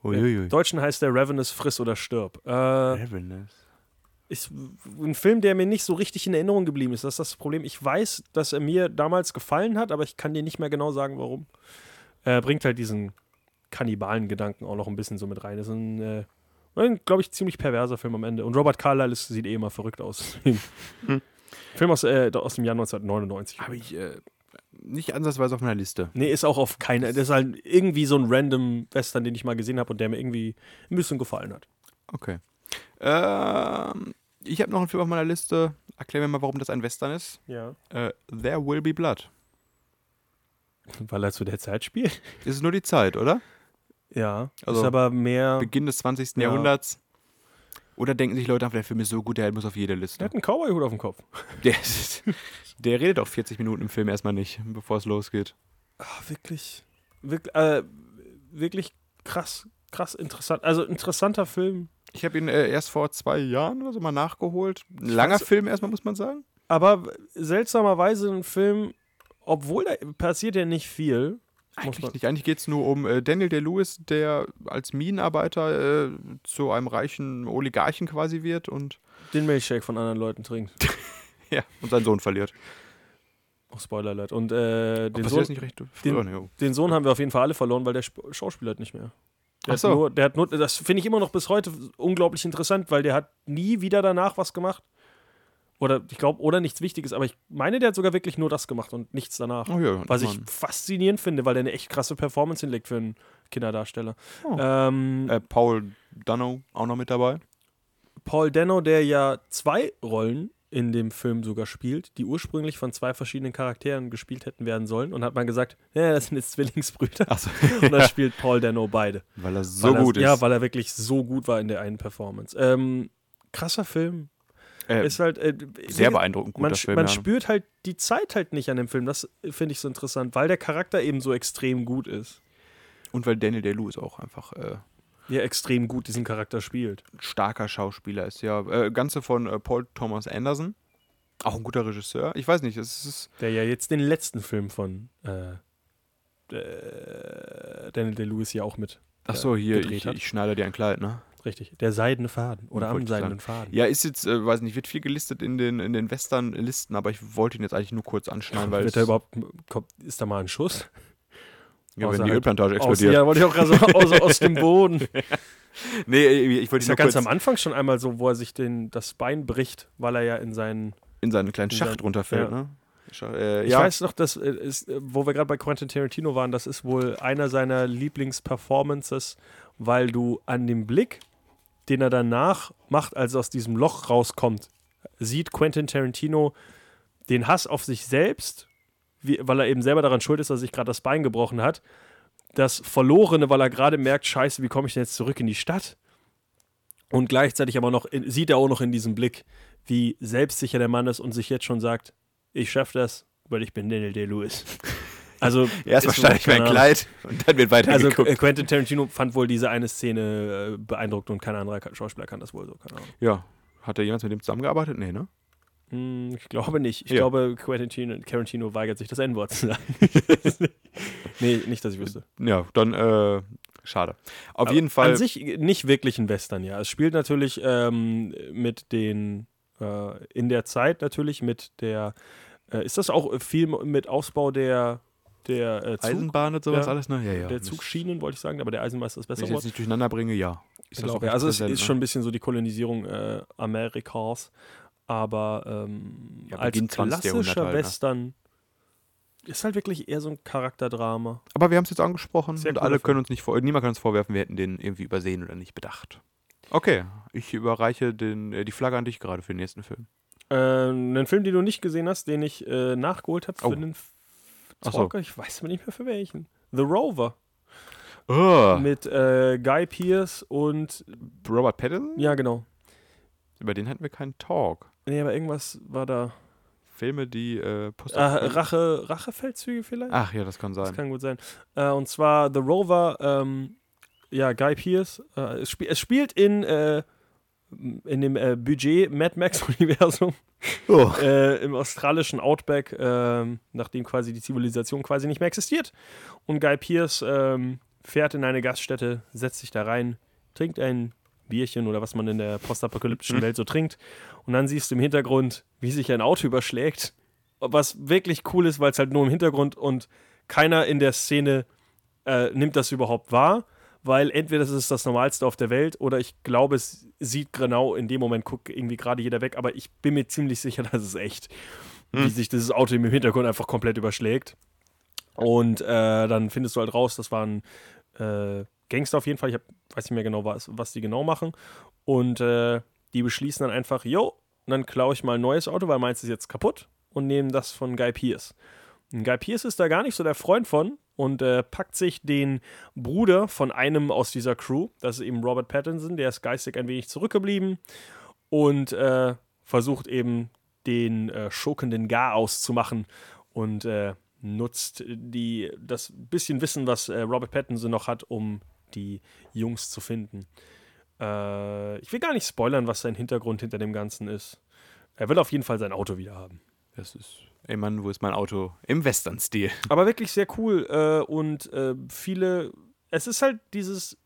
Speaker 3: Uiuiui.
Speaker 5: Im Deutschen heißt der Ravenous Friss oder Stirb. Äh,
Speaker 3: Ravenous.
Speaker 5: ist ein Film, der mir nicht so richtig in Erinnerung geblieben ist. Das ist das Problem. Ich weiß, dass er mir damals gefallen hat, aber ich kann dir nicht mehr genau sagen, warum. Äh, bringt halt diesen Kannibalen-Gedanken auch noch ein bisschen so mit rein. Das ist ein, äh, ein glaube ich, ziemlich perverser Film am Ende. Und Robert Carlyle ist, sieht eh immer verrückt aus. Film aus, äh, aus dem Jahr 1999.
Speaker 3: Habe ich äh, nicht ansatzweise auf meiner Liste.
Speaker 5: Nee, ist auch auf keine. Das ist halt irgendwie so ein random Western, den ich mal gesehen habe und der mir irgendwie ein bisschen gefallen hat.
Speaker 3: Okay. Ähm, ich habe noch einen Film auf meiner Liste. Erklär mir mal, warum das ein Western ist.
Speaker 5: Ja.
Speaker 3: Äh, There Will Be Blood.
Speaker 5: Weil er zu der Zeit spielt.
Speaker 3: Ist nur die Zeit, oder?
Speaker 5: Ja.
Speaker 3: Also,
Speaker 5: ist aber mehr.
Speaker 3: Beginn des 20.
Speaker 5: Ja.
Speaker 3: Jahrhunderts. Oder denken sich Leute, ach, der Film ist so gut, der muss auf jede
Speaker 5: Der
Speaker 3: Liste.
Speaker 5: hat einen Cowboy-Hut auf dem Kopf.
Speaker 3: Der, der redet auch 40 Minuten im Film erstmal nicht, bevor es losgeht.
Speaker 5: Ach, Ah, wirklich, wirklich, äh, wirklich krass, krass interessant. Also interessanter Film.
Speaker 3: Ich habe ihn äh, erst vor zwei Jahren oder so mal nachgeholt. Ein langer
Speaker 5: fand's-
Speaker 3: Film erstmal, muss man sagen.
Speaker 5: Aber seltsamerweise ein Film, obwohl da passiert ja nicht viel. Muss man,
Speaker 3: Eigentlich, nicht. Eigentlich geht es nur um äh, Daniel Day-Lewis, der als Minenarbeiter äh, zu einem reichen Oligarchen quasi wird und,
Speaker 5: den Milchshake von anderen Leuten trinkt.
Speaker 3: ja, und seinen Sohn verliert.
Speaker 5: Oh, Spoiler alert. Und äh, den,
Speaker 3: Passiert
Speaker 5: Sohn,
Speaker 3: das nicht recht früh?
Speaker 5: den-
Speaker 3: ne, jo.
Speaker 5: den Sohn haben wir auf jeden Fall alle verloren, weil der Sp- Schauspieler hat nicht mehr. Der
Speaker 3: Ach
Speaker 5: hat
Speaker 3: so.
Speaker 5: nur, der hat nur, das finde ich immer noch bis heute unglaublich interessant, weil der hat nie wieder danach was gemacht. Oder ich glaube, oder nichts Wichtiges, aber ich meine, der hat sogar wirklich nur das gemacht und nichts danach.
Speaker 3: Oh ja,
Speaker 5: Was ich
Speaker 3: Mann.
Speaker 5: faszinierend finde, weil der eine echt krasse Performance hinlegt für einen Kinderdarsteller.
Speaker 3: Oh.
Speaker 5: Ähm,
Speaker 3: Äh, Paul Dano auch noch mit dabei.
Speaker 5: Paul Dano, der ja zwei Rollen in dem Film sogar spielt, die ursprünglich von zwei verschiedenen Charakteren gespielt hätten werden sollen und hat man gesagt, ja, das sind jetzt Zwillingsbrüder.
Speaker 3: *laughs* Achso.
Speaker 5: Und da spielt Paul Dano beide.
Speaker 3: Weil er so
Speaker 5: weil er,
Speaker 3: gut
Speaker 5: Ja,
Speaker 3: ist.
Speaker 5: weil er wirklich so gut war in der einen Performance. Ähm, krasser Film.
Speaker 3: äh,
Speaker 5: Ist halt, äh,
Speaker 3: sehr
Speaker 5: wie-
Speaker 3: beeindruckend guter
Speaker 5: man, sch-
Speaker 3: Film.
Speaker 5: man
Speaker 3: ja.
Speaker 5: spürt halt die Zeit halt nicht an dem Film. Das äh, finde ich so interessant, weil der Charakter eben so extrem gut ist.
Speaker 3: Und weil Daniel Day-Lewis auch einfach äh,
Speaker 5: Ja, extrem gut diesen Charakter spielt.
Speaker 3: ein starker Schauspieler ist. Ja, äh, Ganze von äh, Paul Thomas Anderson. Auch ein guter Regisseur. Ich weiß nicht, es ist
Speaker 5: Der ja jetzt den letzten Film von äh, äh, Daniel Day-Lewis ja auch mit.
Speaker 3: Ach so, hier,
Speaker 5: gedreht
Speaker 3: ich,
Speaker 5: hat.
Speaker 3: ich schneide dir ein Kleid, ne?
Speaker 5: Richtig. Der seidene Faden. Oder
Speaker 3: Wollte
Speaker 5: am
Speaker 3: ich sagen.
Speaker 5: seidenen Faden.
Speaker 3: Ja, ist jetzt, äh, weiß nicht, wird viel gelistet in den, in den Western-Listen, aber ich wollte ihn jetzt eigentlich nur kurz anschneiden, weil
Speaker 5: Wird da überhaupt, kommt, ist da mal ein Schuss?
Speaker 3: ja,
Speaker 5: außer
Speaker 3: wenn die
Speaker 5: halt-
Speaker 3: Ölplantage
Speaker 5: Aus,
Speaker 3: explodiert.
Speaker 5: ja, wollte ich auch gerade sagen, aus, aus dem Boden.
Speaker 3: nee, äh, ich ich wollte
Speaker 5: Ist ja
Speaker 3: ihn nur
Speaker 5: ganz
Speaker 3: kurz
Speaker 5: am Anfang schon einmal so, wo er sich den, das Bein bricht, weil er ja in seinen
Speaker 3: in seinen kleinen
Speaker 5: in
Speaker 3: Schacht
Speaker 5: seinen-
Speaker 3: runterfällt,
Speaker 5: ja.
Speaker 3: ne? Scha äh,
Speaker 5: Ich
Speaker 3: ja,
Speaker 5: weiß noch, dass äh, ist, äh, wo wir gerade bei Quentin Tarantino waren, das ist wohl einer seiner Lieblingsperformances, weil du an dem Blick, den er danach macht, als er aus diesem Loch rauskommt, sieht Quentin Tarantino den Hass auf sich selbst, wie, weil er eben selber daran schuld ist, dass er sich gerade das Bein gebrochen hat. Das Verlorene, weil er gerade merkt, scheiße, wie komme ich denn jetzt zurück in die Stadt? Und gleichzeitig aber noch in, sieht er auch noch in diesem Blick, wie selbstsicher der Mann ist und sich jetzt schon sagt, ich schaffe das, weil ich bin Daniel Day-Lewis. Also
Speaker 3: erstmal
Speaker 5: ist
Speaker 3: schneide ich mein
Speaker 5: keine
Speaker 3: Kleid *laughs* und dann wird
Speaker 5: Also
Speaker 3: weitergeguckt.
Speaker 5: äh, Quentin Tarantino fand wohl diese eine Szene äh, beeindruckt und kein anderer Ka- Schauspieler kann das wohl so. Keine Ahnung.
Speaker 3: ja. Hat da jemand mit dem zusammengearbeitet? Nee, ne?
Speaker 5: Hm, ich glaube nicht. Ich
Speaker 3: Ja.
Speaker 5: glaube, Quentin Tarantino- Tarantino weigert sich, das N-Wort zu sagen. nee, nicht, dass ich wüsste.
Speaker 3: Ja, dann, äh, schade. Auf
Speaker 5: Aber
Speaker 3: jeden Fall.
Speaker 5: An sich nicht wirklich ein Western, ja. Es spielt natürlich ähm, mit den, äh, in der Zeit natürlich mit der, äh, ist das auch viel mit Ausbau der der äh, Zug,
Speaker 3: Eisenbahn und sowas
Speaker 5: ja.
Speaker 3: alles, ne? Ja, ja.
Speaker 5: der Zugschienen, wollte ich sagen, aber der Eisenmeister ist
Speaker 3: Wenn
Speaker 5: besser
Speaker 3: ich jetzt
Speaker 5: geworden.
Speaker 3: nicht durcheinander bringe, ja. Ist
Speaker 5: Genau,
Speaker 3: auch
Speaker 5: ja,
Speaker 3: recht
Speaker 5: also es
Speaker 3: präsent,
Speaker 5: ist
Speaker 3: ne?
Speaker 5: schon ein bisschen so die Kolonisierung äh, Amerikas, aber ähm,
Speaker 3: Ja,
Speaker 5: als
Speaker 3: Beginn 20. Jahrhundert
Speaker 5: klassischer
Speaker 3: halt, ne?
Speaker 5: Western ist halt wirklich eher so ein Charakterdrama.
Speaker 3: Aber wir haben es jetzt angesprochen
Speaker 5: Sehr
Speaker 3: und
Speaker 5: cooler
Speaker 3: alle
Speaker 5: Film.
Speaker 3: können uns nicht vor, niemand kann uns vorwerfen, wir hätten den irgendwie übersehen oder nicht bedacht. Okay, ich überreiche den, äh, die Flagge an dich gerade für den nächsten Film.
Speaker 5: Äh, einen Film, den du nicht gesehen hast, den ich äh, nachgeholt habe für
Speaker 3: Oh.
Speaker 5: den F-
Speaker 3: Ach so.
Speaker 5: Talker, ich weiß aber nicht mehr für welchen. The Rover
Speaker 3: Oh,
Speaker 5: mit äh, Guy Pearce und
Speaker 3: Robert Pattinson?
Speaker 5: ja genau.
Speaker 3: Über den hatten wir keinen Talk.
Speaker 5: Nee, aber irgendwas war da.
Speaker 3: Filme, die äh, Post
Speaker 5: Äh, Rache, Rachefeldzüge vielleicht?
Speaker 3: Ach ja, das kann sein.
Speaker 5: Das kann gut sein. Äh, und zwar The Rover, ähm, ja, Guy Pearce. Äh, es, spiel- es spielt in, äh, in dem äh, Budget Mad Max-Universum.
Speaker 3: Oh.
Speaker 5: Äh, Im australischen Outback, ähm, nachdem quasi die Zivilisation quasi nicht mehr existiert. Und Guy Pearce ähm, fährt in eine Gaststätte, setzt sich da rein, trinkt ein Bierchen oder was man in der postapokalyptischen Welt so trinkt. Und dann siehst du im Hintergrund, wie sich ein Auto überschlägt. Was wirklich cool ist, weil es halt nur im Hintergrund und keiner in der Szene äh, nimmt das überhaupt wahr, weil entweder das ist das Normalste auf der Welt oder ich glaube, es sieht genau in dem Moment, guckt irgendwie gerade jeder weg, aber ich bin mir ziemlich sicher, *laughs* das ist echt, wie sich dieses Auto im Hintergrund einfach komplett überschlägt. Und äh, dann findest du halt raus, das waren äh, Gangster auf jeden Fall, ich hab, weiß nicht mehr genau, was, was die genau machen. Und äh, die beschließen dann einfach, yo, dann klaue ich mal ein neues Auto, weil meins ist jetzt kaputt und nehmen das von Guy Pierce. Und Guy Pierce ist da gar nicht so der Freund von und äh, packt sich den Bruder von einem aus dieser Crew, das ist eben Robert Pattinson, der ist geistig ein wenig zurückgeblieben und äh, versucht eben den äh, schokenden Gar auszumachen und äh, nutzt die, das bisschen Wissen, was äh, Robert Pattinson noch hat, um die Jungs zu finden. Äh, ich will gar nicht spoilern, was sein Hintergrund hinter dem Ganzen ist. Er will auf jeden Fall sein Auto wieder haben.
Speaker 3: Das ist, ey Mann, wo ist mein Auto? Im Western-Stil.
Speaker 5: Aber wirklich sehr cool äh, und äh, viele. Es ist halt dieses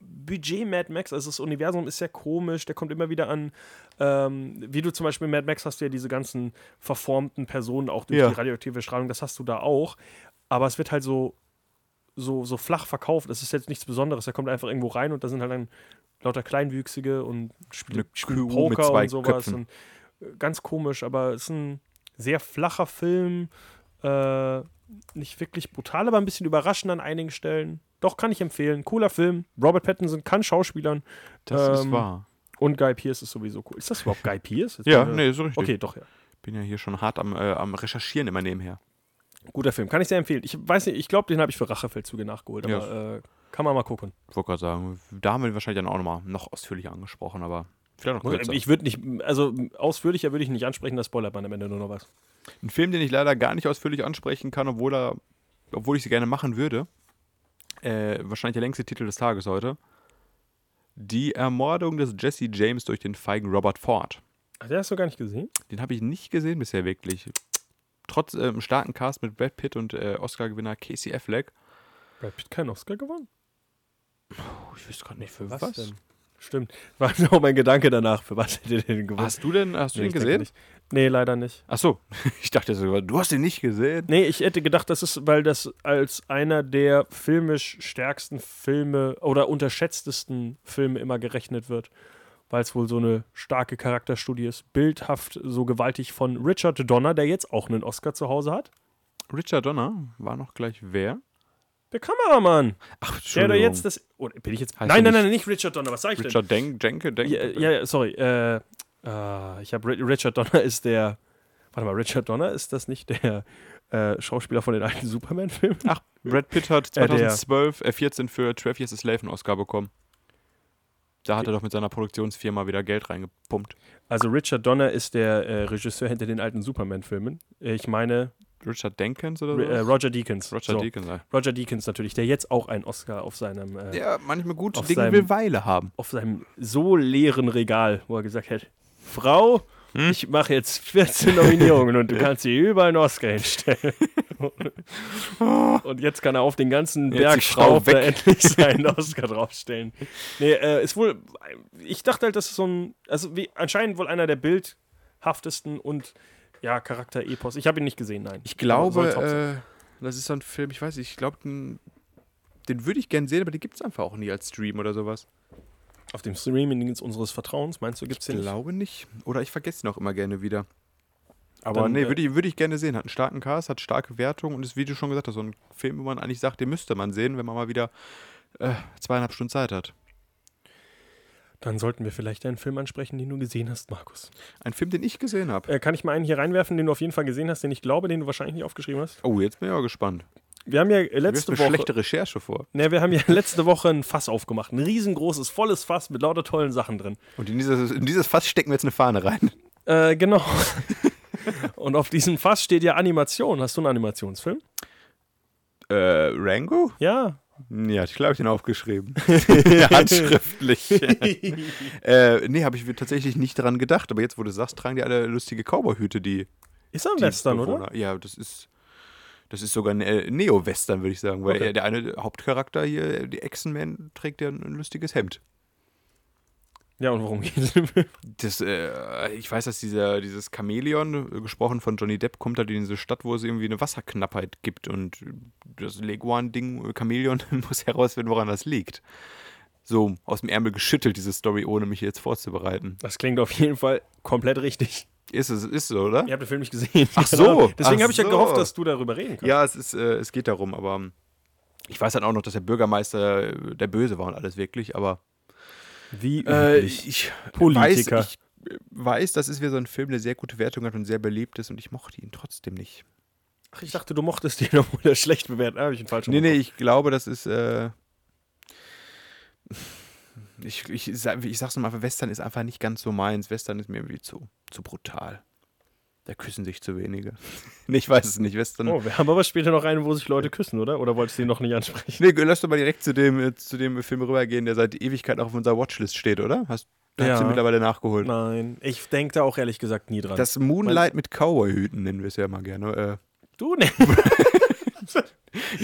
Speaker 5: Budget Mad Max, also das Universum ist sehr komisch, der kommt immer wieder an. Ähm, wie du zum Beispiel in Mad Max hast du ja diese ganzen verformten Personen auch durch
Speaker 3: Ja.
Speaker 5: die radioaktive Strahlung, das hast du da auch. Aber es wird halt so, so, so flach verkauft, es ist jetzt nichts Besonderes, er kommt einfach irgendwo rein und da sind halt dann lauter Kleinwüchsige und
Speaker 3: Eine
Speaker 5: spielt, spielt
Speaker 3: Kuh mit
Speaker 5: Poker
Speaker 3: zwei
Speaker 5: und sowas.
Speaker 3: Köpfen.
Speaker 5: Und, äh, ganz komisch, aber es ist ein sehr flacher Film. Äh, nicht wirklich brutal, aber ein bisschen überraschend an einigen Stellen. Doch, kann ich empfehlen. Cooler Film. Robert Pattinson kann Schauspielern.
Speaker 3: Das
Speaker 5: Ähm,
Speaker 3: ist wahr.
Speaker 5: Und Guy Pearce ist sowieso cool. Ist das überhaupt Guy Pearce? Jetzt
Speaker 3: Ja,
Speaker 5: bin ich-
Speaker 3: nee, so richtig.
Speaker 5: Okay, doch, ja.
Speaker 3: Bin ja hier schon hart am, äh, am Recherchieren immer nebenher.
Speaker 5: Guter Film. Kann ich sehr empfehlen. Ich weiß nicht, ich glaube, den habe ich für Rachefeldzüge nachgeholt, aber äh, kann man mal gucken.
Speaker 3: Wollte gerade sagen, da haben wir wahrscheinlich dann auch nochmal noch ausführlicher angesprochen, aber vielleicht noch kürzer.
Speaker 5: Äh, Ich würde nicht, also ausführlicher würde ich nicht ansprechen, das spoilert man am Ende nur noch was.
Speaker 3: Ein Film, den ich leider gar nicht ausführlich ansprechen kann, obwohl, er, obwohl ich sie gerne machen würde. Äh, wahrscheinlich der längste Titel des Tages heute. Die Ermordung des Jesse James durch den feigen Robert Ford.
Speaker 5: Ach, den hast du gar nicht gesehen?
Speaker 3: Den habe ich nicht gesehen bisher wirklich. Trotz äh, einem starken Cast mit Brad Pitt und äh, Oscar-Gewinner Casey Affleck.
Speaker 5: Brad Pitt keinen Oscar gewonnen. Oh,
Speaker 3: Puh, ich wüsste gerade nicht für
Speaker 5: Was denn? Stimmt. *laughs* War auch mein Gedanke danach. Für was hätte der denn gewonnen?
Speaker 3: Hast du denn, hast du
Speaker 5: Nee,
Speaker 3: den
Speaker 5: ich denke
Speaker 3: gesehen?
Speaker 5: nicht. Nee, leider nicht.
Speaker 3: Ach so, *laughs* ich dachte sogar, du hast ihn nicht gesehen.
Speaker 5: Nee, ich hätte gedacht, das ist, weil das als einer der filmisch stärksten Filme oder unterschätztesten Filme immer gerechnet wird, weil es wohl so eine starke Charakterstudie ist. Bildhaft so gewaltig von Richard Donner, der jetzt auch einen Oscar zu Hause hat.
Speaker 3: Richard Donner war noch gleich wer?
Speaker 5: Der Kameramann,
Speaker 3: Ach,
Speaker 5: der da
Speaker 3: Entschuldigung.
Speaker 5: jetzt das. Oder bin ich jetzt.
Speaker 3: Heißt
Speaker 5: nein,
Speaker 3: er
Speaker 5: nein, nein, nicht Richard Donner, was sag ich
Speaker 3: Richard Denk, Denke,
Speaker 5: denn?
Speaker 3: Denk.
Speaker 5: Ja, ja, ja, sorry. Äh, äh, ich habe Richard Donner ist der. Warte mal, Richard Donner ist das nicht der äh, Schauspieler von den alten Superman-Filmen?
Speaker 3: Ach, Brad Pitt hat
Speaker 5: Äh, der-
Speaker 3: 2012, äh, 14 für 12 Years a Slave einen Oscar bekommen. Da hat er doch mit seiner Produktionsfirma wieder Geld reingepumpt.
Speaker 5: Also Richard Donner ist der äh, Regisseur hinter den alten Superman-Filmen. Äh, Ich meine
Speaker 3: Richard Denkens oder
Speaker 5: R- äh,
Speaker 3: so?
Speaker 5: Roger Deakins.
Speaker 3: Roger
Speaker 5: so,
Speaker 3: Deakins. ja.
Speaker 5: Roger Deakins natürlich, der jetzt auch einen Oscar auf seinem, äh,
Speaker 3: Der manchmal gute
Speaker 5: Auf
Speaker 3: Dinge
Speaker 5: seinem-
Speaker 3: will Weile haben.
Speaker 5: auf seinem so leeren Regal, wo er gesagt hat, Frau,
Speaker 3: Hm?
Speaker 5: ich mache jetzt 14 Nominierungen
Speaker 3: *laughs*
Speaker 5: und du kannst dir überall einen Oscar hinstellen. und jetzt kann er auf den ganzen
Speaker 3: Jetzt
Speaker 5: Berg
Speaker 3: die Frau
Speaker 5: Schrauben
Speaker 3: weg. *laughs*
Speaker 5: endlich seinen Oscar draufstellen. Nee, äh, ist wohl, ich dachte halt, das ist so ein, also wie, anscheinend wohl einer der bildhaftesten und ja, Charakter-Epos. Ich habe ihn nicht gesehen, nein.
Speaker 3: Ich äh,
Speaker 5: Aber soll top sein.
Speaker 3: glaube, Das ist so ein Film, ich weiß nicht, ich glaube, den, den würde ich gern sehen, aber den gibt es einfach auch nie als Stream oder sowas.
Speaker 5: Auf dem Streaming unseres Vertrauens, meinst du, gibt es
Speaker 3: Ich
Speaker 5: den? nicht?
Speaker 3: glaube nicht. Oder ich vergesse ihn auch immer gerne wieder.
Speaker 5: Aber
Speaker 3: Aber Dann, nee,
Speaker 5: äh,
Speaker 3: würde ich, würde ich gerne sehen. Hat einen starken Cast, hat starke Wertung und ist, wie du schon gesagt hast, so ein Film, wo man eigentlich sagt, den müsste man sehen, wenn man mal wieder äh, zweieinhalb Stunden Zeit hat.
Speaker 5: Dann sollten wir vielleicht einen Film ansprechen, den du gesehen hast, Markus.
Speaker 3: Ein Film, den ich gesehen habe.
Speaker 5: Äh, kann ich mal einen hier reinwerfen, den du auf jeden Fall gesehen hast, den ich glaube, den du wahrscheinlich nicht aufgeschrieben hast?
Speaker 3: Oh, jetzt bin ich aber gespannt.
Speaker 5: Wir haben ja
Speaker 3: Du wirfst
Speaker 5: letzte
Speaker 3: eine
Speaker 5: Woche.
Speaker 3: schlechte Recherche vor.
Speaker 5: Ne, wir haben ja *laughs* letzte Woche ein Fass aufgemacht. Ein riesengroßes, volles Fass mit lauter tollen Sachen drin.
Speaker 3: Und in dieses, in dieses Fass stecken wir jetzt eine Fahne rein.
Speaker 5: Äh,
Speaker 3: *laughs*
Speaker 5: genau. Und auf diesem Fass steht ja Animation. Hast du einen Animationsfilm?
Speaker 3: Äh, Rango?
Speaker 5: Ja.
Speaker 3: Ja, ich glaube, ich
Speaker 5: *laughs*
Speaker 3: den aufgeschrieben. Handschriftlich. *laughs* äh, nee, habe ich tatsächlich nicht dran gedacht. Aber jetzt, wo du sagst, tragen die alle lustige Cowboy-Hüte, die
Speaker 5: Ist am Western, oder?
Speaker 3: Bewohner. Ja, das ist. Das ist sogar ein äh, Neo-Western, würde ich sagen, weil
Speaker 5: Okay.
Speaker 3: der eine Hauptcharakter hier, die Echsenman, trägt ja ein ein lustiges Hemd.
Speaker 5: Ja, und worum geht es im Film?
Speaker 3: Das, äh, ich weiß, dass dieser, dieses Chamäleon, äh, gesprochen von Johnny Depp, kommt halt in diese Stadt, wo es irgendwie eine Wasserknappheit gibt und das Leguan-Ding, äh, Chamäleon, *laughs* muss herausfinden, woran das liegt. So aus dem Ärmel geschüttelt, diese Story, ohne mich jetzt vorzubereiten.
Speaker 5: Das klingt auf jeden Fall komplett richtig.
Speaker 3: Ist es, ist so, oder?
Speaker 5: Ihr habt den Film nicht gesehen. *laughs* Genau.
Speaker 3: Ach so.
Speaker 5: Deswegen
Speaker 3: Ach
Speaker 5: habe ich ja
Speaker 3: so.
Speaker 5: gehofft, dass du darüber reden kannst.
Speaker 3: Ja, es, ist, äh, es geht darum, aber ähm, ich weiß dann auch noch, dass der Bürgermeister äh, der Böse war und alles wirklich, aber
Speaker 5: Wie
Speaker 3: äh,
Speaker 5: üblich.
Speaker 3: ich
Speaker 5: Politiker.
Speaker 3: Weiß, ich äh, weiß, das ist wieder so ein Film, der sehr gute Wertung hat und sehr beliebt ist und ich mochte ihn trotzdem nicht.
Speaker 5: Ach, ich dachte, du mochtest den, obwohl er schlecht bewertet. Ah, habe ich einen falschen
Speaker 3: Nee, nee, ich glaube, das ist. Äh, ich, ich, sa- ich sag's nochmal, Western ist einfach nicht ganz so meins. Western ist mir irgendwie zu, zu brutal. Da küssen sich zu wenige. *laughs* nee, ich weiß es nicht. Western.
Speaker 5: Oh, wir haben aber später noch einen, wo sich Leute küssen, oder? Oder wolltest du den noch nicht ansprechen?
Speaker 3: Nee, lass doch mal direkt zu dem, äh, zu dem Film rübergehen, der seit Ewigkeit auch auf unserer Watchlist steht, oder? Hast, hast
Speaker 5: Ja.
Speaker 3: du mittlerweile
Speaker 5: *laughs*
Speaker 3: nachgeholt?
Speaker 5: Nein, ich denke da auch ehrlich gesagt nie dran.
Speaker 3: Das Moonlight mit Cowboy-Hüten nennen wir es ja mal gerne.
Speaker 5: du, ne?
Speaker 3: Äh,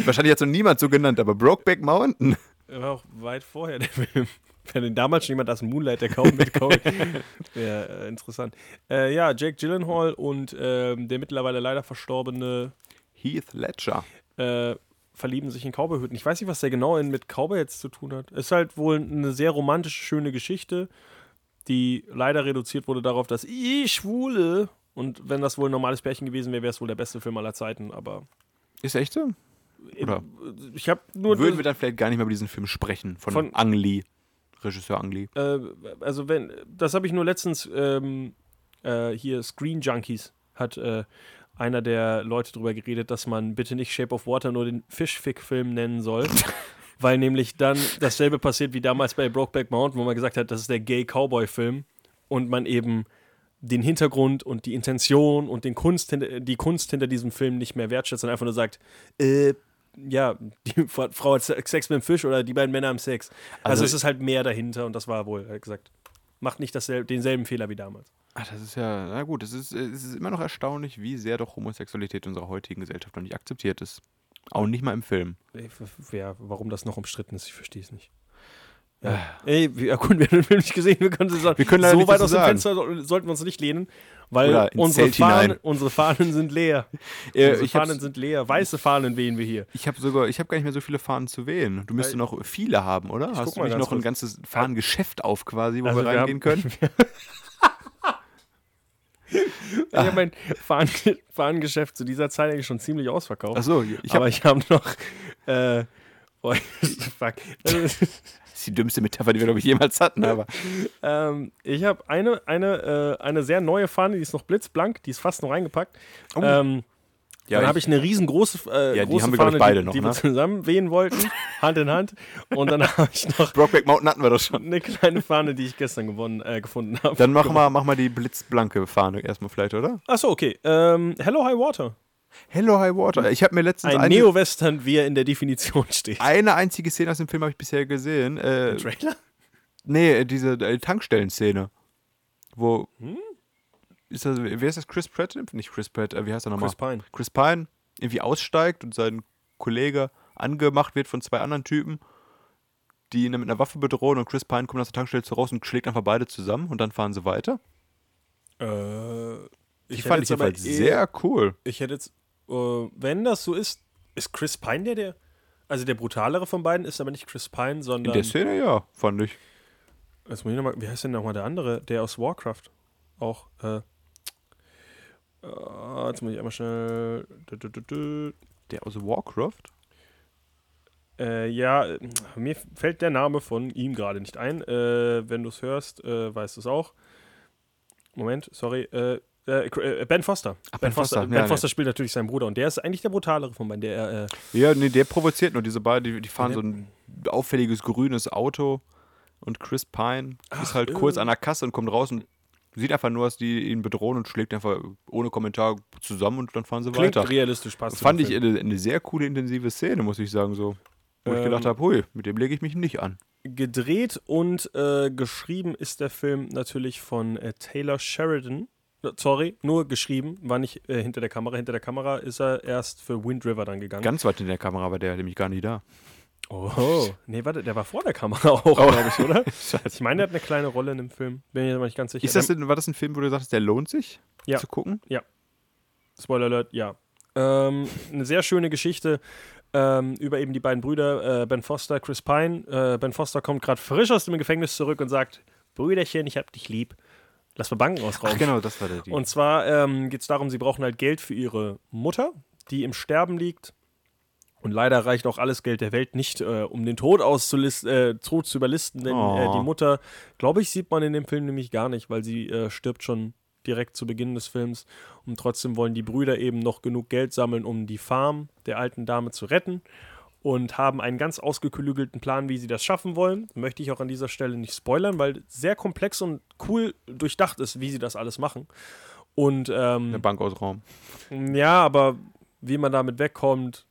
Speaker 3: wahrscheinlich hat es noch niemand so genannt, aber Brokeback Mountain.
Speaker 5: *laughs* war auch weit vorher der Film. Wenn denn damals schon jemand das Moonlight der kaum *laughs* mit kaum, wäre äh, interessant. Äh, ja, Jake Gyllenhaal und ähm, der mittlerweile leider verstorbene
Speaker 3: Heath Ledger.
Speaker 5: äh, verlieben sich in Cowboyhüten. Ich weiß nicht, was der genau in, mit Cowboy jetzt zu tun hat. Ist halt wohl eine sehr romantische, schöne Geschichte, die leider reduziert wurde darauf, dass ich schwule. Und wenn das wohl ein normales Pärchen gewesen wäre, wäre es wohl der beste Film aller Zeiten. Aber
Speaker 3: Ist echt so? Oder?
Speaker 5: ich habe nur.
Speaker 3: würden wir dann vielleicht gar nicht mehr über diesen Film sprechen von,
Speaker 5: Von-
Speaker 3: Ang Lee, Regisseur Ang Lee.
Speaker 5: äh, also wenn, das habe ich nur letztens ähm, äh, hier Screen Junkies hat äh, einer der Leute drüber geredet, dass man bitte nicht Shape of Water nur den Fischfick-Film nennen soll. Weil nämlich dann dasselbe passiert wie damals bei Brokeback Mountain, wo man gesagt hat, das ist der Gay-Cowboy-Film und man eben den Hintergrund und die Intention und den Kunst hinter, die Kunst hinter diesem Film nicht mehr wertschätzt und einfach nur sagt, äh, ja, die *laughs* Fra- Frau hat Se- Sex mit dem Fisch oder die beiden Männer haben Sex. Also,
Speaker 3: Also-
Speaker 5: es ist halt mehr dahinter und das war wohl äh, gesagt. Macht nicht dasselbe, denselben Fehler wie damals.
Speaker 3: Ah, das ist ja, na gut, es ist, äh, es ist immer noch erstaunlich, wie sehr doch Homosexualität in unserer heutigen Gesellschaft noch nicht akzeptiert ist. Auch nicht mal im Film.
Speaker 5: Ey, f- f- Ja, warum das noch umstritten ist, ich verstehe es nicht. Ja. Ey, wir- ja gut, wir haben den Film nicht gesehen, wir können so sagen,
Speaker 3: Ah. Wir können leider
Speaker 5: so
Speaker 3: nicht
Speaker 5: weit
Speaker 3: dazu
Speaker 5: aus dem
Speaker 3: sagen.
Speaker 5: Fenster so- sollten wir uns nicht lehnen, weil
Speaker 3: Oder ins
Speaker 5: unsere
Speaker 3: Zelt hinein.
Speaker 5: Fahnen, unsere Fahnen sind
Speaker 3: *laughs*
Speaker 5: leer.
Speaker 3: Äh,
Speaker 5: unsere
Speaker 3: ich
Speaker 5: Fahnen
Speaker 3: habe
Speaker 5: sind leer, weiße Fahnen wehen wir hier.
Speaker 3: ich hab sogar, ich habe gar nicht mehr so viele Fahnen zu wählen. Du müsstest
Speaker 5: Weil-
Speaker 3: noch viele haben, oder?
Speaker 5: guck
Speaker 3: Hast du
Speaker 5: mal
Speaker 3: nicht
Speaker 5: ganz
Speaker 3: noch ein
Speaker 5: kurz.
Speaker 3: ganzes Fahnengeschäft auf quasi, wo
Speaker 5: Also
Speaker 3: *laughs* wir
Speaker 5: wir
Speaker 3: reingehen
Speaker 5: haben-
Speaker 3: können? Ah.
Speaker 5: Ich habe mein Fahnen *laughs* Fahnengeschäft zu dieser Zeit eigentlich schon ziemlich ausverkauft.
Speaker 3: Achso, ich
Speaker 5: aber
Speaker 3: habe
Speaker 5: ich habe noch. Äh, *laughs* oh,
Speaker 3: *laughs*
Speaker 5: fuck.
Speaker 3: die dümmste Metapher, die wir glaube ich jemals hatten, ne? aber
Speaker 5: ähm, ich habe eine, eine, äh, eine sehr neue Fahne, die ist noch blitzblank, die ist fast noch reingepackt. Ähm, dann habe ich eine riesengroße äh,
Speaker 3: Oh. Ja, die
Speaker 5: große
Speaker 3: haben wir, glaub
Speaker 5: Fahne,
Speaker 3: ich, beide noch,
Speaker 5: die, die wir
Speaker 3: ne?
Speaker 5: zusammen wehen
Speaker 3: *laughs*
Speaker 5: wollten, Hand in Hand. Und dann habe ich noch
Speaker 3: Brokeback Mountain hatten wir doch *laughs* schon.
Speaker 5: eine kleine Fahne, die ich gestern gewonnen, äh, gefunden habe.
Speaker 3: Dann mach mal, mach mal die blitzblanke Fahne erstmal vielleicht, oder?
Speaker 5: Achso, okay. Ähm, Hello High Water.
Speaker 3: Hello High Water. Ich habe mir letztens
Speaker 5: Ein
Speaker 3: einige-
Speaker 5: Neo-Western, wie er in der Definition *laughs* steht.
Speaker 3: Eine einzige Szene aus dem Film habe ich bisher gesehen. Äh,
Speaker 5: Trailer?
Speaker 3: nee, diese äh, Tankstellen-Szene. Wo. Ist das, wer ist das? Chris Pratt? Nicht Chris Pratt, äh, wie heißt er nochmal?
Speaker 5: Chris Pine.
Speaker 3: Chris Pine irgendwie aussteigt und sein Kollege angemacht wird von zwei anderen Typen, die ihn dann mit einer Waffe bedrohen und Chris Pine kommt aus der Tankstelle zu raus und schlägt einfach beide zusammen und dann fahren sie weiter.
Speaker 5: Äh,
Speaker 3: Die
Speaker 5: ich eh
Speaker 3: fand ich jedenfalls sehr cool.
Speaker 5: Ich hätte jetzt, äh, wenn das so ist, Ist Chris Pine der, der. Also der brutalere von beiden ist aber nicht Chris Pine,
Speaker 3: In
Speaker 5: sondern.
Speaker 3: der Szene, ja, fand ich.
Speaker 5: Jetzt muss ich noch mal, wie heißt denn nochmal der andere? Der aus Warcraft. Auch. Äh, äh, jetzt muss ich einmal schnell. Du, du, du, du.
Speaker 3: Der aus also Warcraft?
Speaker 5: Äh, ja, äh, mir fällt der Name von ihm gerade nicht ein. Äh, wenn du es hörst, äh, weißt du es auch. Moment, sorry. Äh, äh, äh, ben Foster.
Speaker 3: Ach, Ben Foster,
Speaker 5: Ben
Speaker 3: ja,
Speaker 5: Foster spielt natürlich seinen Bruder und der ist eigentlich der brutalere von beiden. Der, äh,
Speaker 3: Ja, nee, der provoziert nur diese beiden. Die, die fahren so ein
Speaker 5: ne.
Speaker 3: auffälliges grünes Auto und Chris Pine ist halt kurz an der Kasse und kommt raus und sieht einfach nur, dass die ihn bedrohen und schlägt einfach ohne Kommentar zusammen und dann fahren sie
Speaker 5: klingt
Speaker 3: weiter.
Speaker 5: realistisch, passt. zu
Speaker 3: Fand
Speaker 5: dem
Speaker 3: ich eine, eine sehr coole, intensive Szene, muss ich sagen, so. Wo ich
Speaker 5: Ähm.
Speaker 3: gedacht habe, hui, mit dem lege ich mich nicht an.
Speaker 5: gedreht und äh, geschrieben ist der Film natürlich von äh, Taylor Sheridan. Äh, Sorry, nur geschrieben, war nicht äh, hinter der Kamera. Hinter der Kamera ist er erst für Wind River dann gegangen.
Speaker 3: Ganz weit in der Kamera war der nämlich gar
Speaker 5: *laughs*
Speaker 3: nicht da.
Speaker 5: oh, nee, warte, der war vor der Kamera *laughs* auch,
Speaker 3: Oh.
Speaker 5: glaube ich, oder? ich meine, der hat eine kleine Rolle in dem Film. Bin mir aber nicht ganz sicher.
Speaker 3: Ist das denn, war das ein Film, wo du sagst, der lohnt sich
Speaker 5: Ja.
Speaker 3: zu gucken?
Speaker 5: Spoiler Alert, ja. Ähm, eine sehr schöne Geschichte ähm, über eben die beiden Brüder, äh, Ben Foster, Chris Pine. Äh, ben Foster kommt gerade frisch aus dem Gefängnis zurück und sagt: Brüderchen, ich hab dich lieb. Lass mal Banken ausrauben.
Speaker 3: genau, das war der. Die.
Speaker 5: Und zwar ähm, geht es darum, sie brauchen halt Geld für ihre Mutter, die im Sterben liegt. Und leider reicht auch alles Geld der Welt nicht, äh, um den Tod auszulis- äh, Tod zu überlisten, denn äh,
Speaker 3: Oh.
Speaker 5: die Mutter, glaube ich, sieht man in dem Film nämlich gar nicht, weil sie äh, stirbt schon direkt zu Beginn des Films. Und trotzdem wollen die Brüder eben noch genug Geld sammeln, um die Farm der alten Dame zu retten. Und haben einen ganz ausgeklügelten Plan, wie sie das schaffen wollen. Möchte ich auch an dieser Stelle nicht spoilern, weil sehr komplex und cool durchdacht ist, wie sie das alles machen. Und
Speaker 3: Eine
Speaker 5: ähm,
Speaker 3: Bank aus Raum.
Speaker 5: ja, aber wie man damit wegkommt,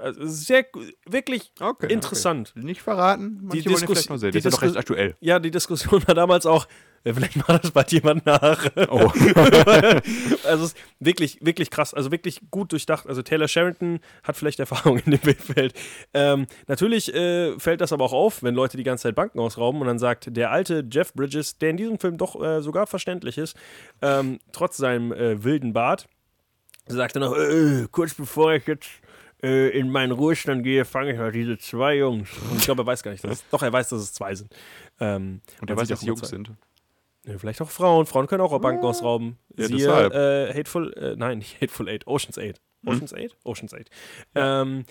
Speaker 5: also es ist sehr wirklich
Speaker 3: Okay.
Speaker 5: interessant.
Speaker 3: Nicht verraten, manche wollen
Speaker 5: Diskus-
Speaker 3: den vielleicht noch sehen.
Speaker 5: die
Speaker 3: Der ist ja doch recht
Speaker 5: Diskus-
Speaker 3: aktuell.
Speaker 5: Ja, die Diskussion war damals auch, äh, vielleicht macht das bald jemand nach.
Speaker 3: Oh.
Speaker 5: *laughs* also es ist wirklich, wirklich krass, also wirklich gut durchdacht. Also Taylor Sheridan hat vielleicht Erfahrung in dem Bildfeld. Ähm, natürlich äh, fällt das aber auch auf, wenn Leute die ganze Zeit Banken ausrauben und dann sagt der alte Jeff Bridges, der in diesem Film doch äh, sogar verständlich ist, ähm, trotz seinem äh, wilden Bart, sagt er noch, äh, kurz bevor ich jetzt äh, in meinen Ruhestand gehe, fange ich mal diese zwei Jungs. Und ich glaube, er weiß gar nicht, dass es, doch, er weiß, dass es zwei sind. Ähm,
Speaker 3: Und der
Speaker 5: man
Speaker 3: weiß,
Speaker 5: sieht
Speaker 3: dass
Speaker 5: auch
Speaker 3: die
Speaker 5: immer
Speaker 3: Jungs
Speaker 5: zwei.
Speaker 3: sind. Ah,
Speaker 5: Ja, Vielleicht auch Frauen. Frauen können auch Banken ausrauben.
Speaker 3: Ja,
Speaker 5: Siehe,
Speaker 3: deshalb. Mhm.
Speaker 5: äh, Hateful, äh, nein, nicht Hateful Eight, Ocean's Eight. Ocean's Eight? Ocean's Eight. Ähm,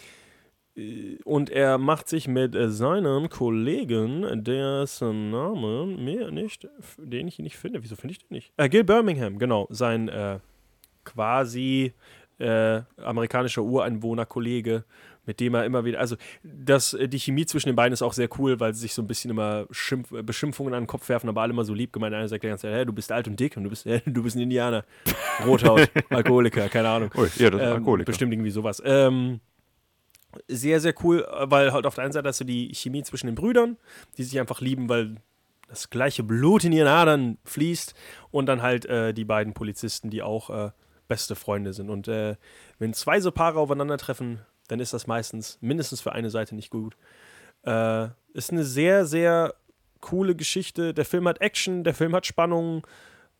Speaker 5: äh, und er macht sich mit äh, seinem Kollegen, dessen Name mir nicht, f- den ich nicht finde. Wieso finde ich den nicht? Äh, Gil Birmingham, genau. Sein äh, quasi äh, amerikanischer Ureinwohnerkollege, mit dem er immer wieder, also das, äh, die Chemie zwischen den beiden ist auch sehr cool, weil sie sich so ein bisschen immer Schimpf, äh, Beschimpfungen an den Kopf werfen, aber alle immer so lieb gemeint. Einer sagt die ganze Zeit, hey, du bist alt und dick und du bist, *laughs* hey, du bist ein Indianer, Rothaut, Alkoholiker, keine Ahnung.
Speaker 3: Ui, ja, das ist
Speaker 5: Ähm,
Speaker 3: Alkoholiker.
Speaker 5: Bestimmt irgendwie sowas. Ähm, sehr, sehr cool, äh, weil halt auf der einen Seite hast du die Chemie zwischen den Brüdern, die sich einfach lieben, weil das gleiche Blut in ihren Adern fließt und dann halt äh, die beiden Polizisten, die auch äh, beste Freunde sind. Und äh, wenn zwei so Paare aufeinandertreffen, dann ist das meistens mindestens für eine Seite nicht gut. Äh, ist eine sehr, sehr coole Geschichte. Der Film hat Action, der Film hat Spannung.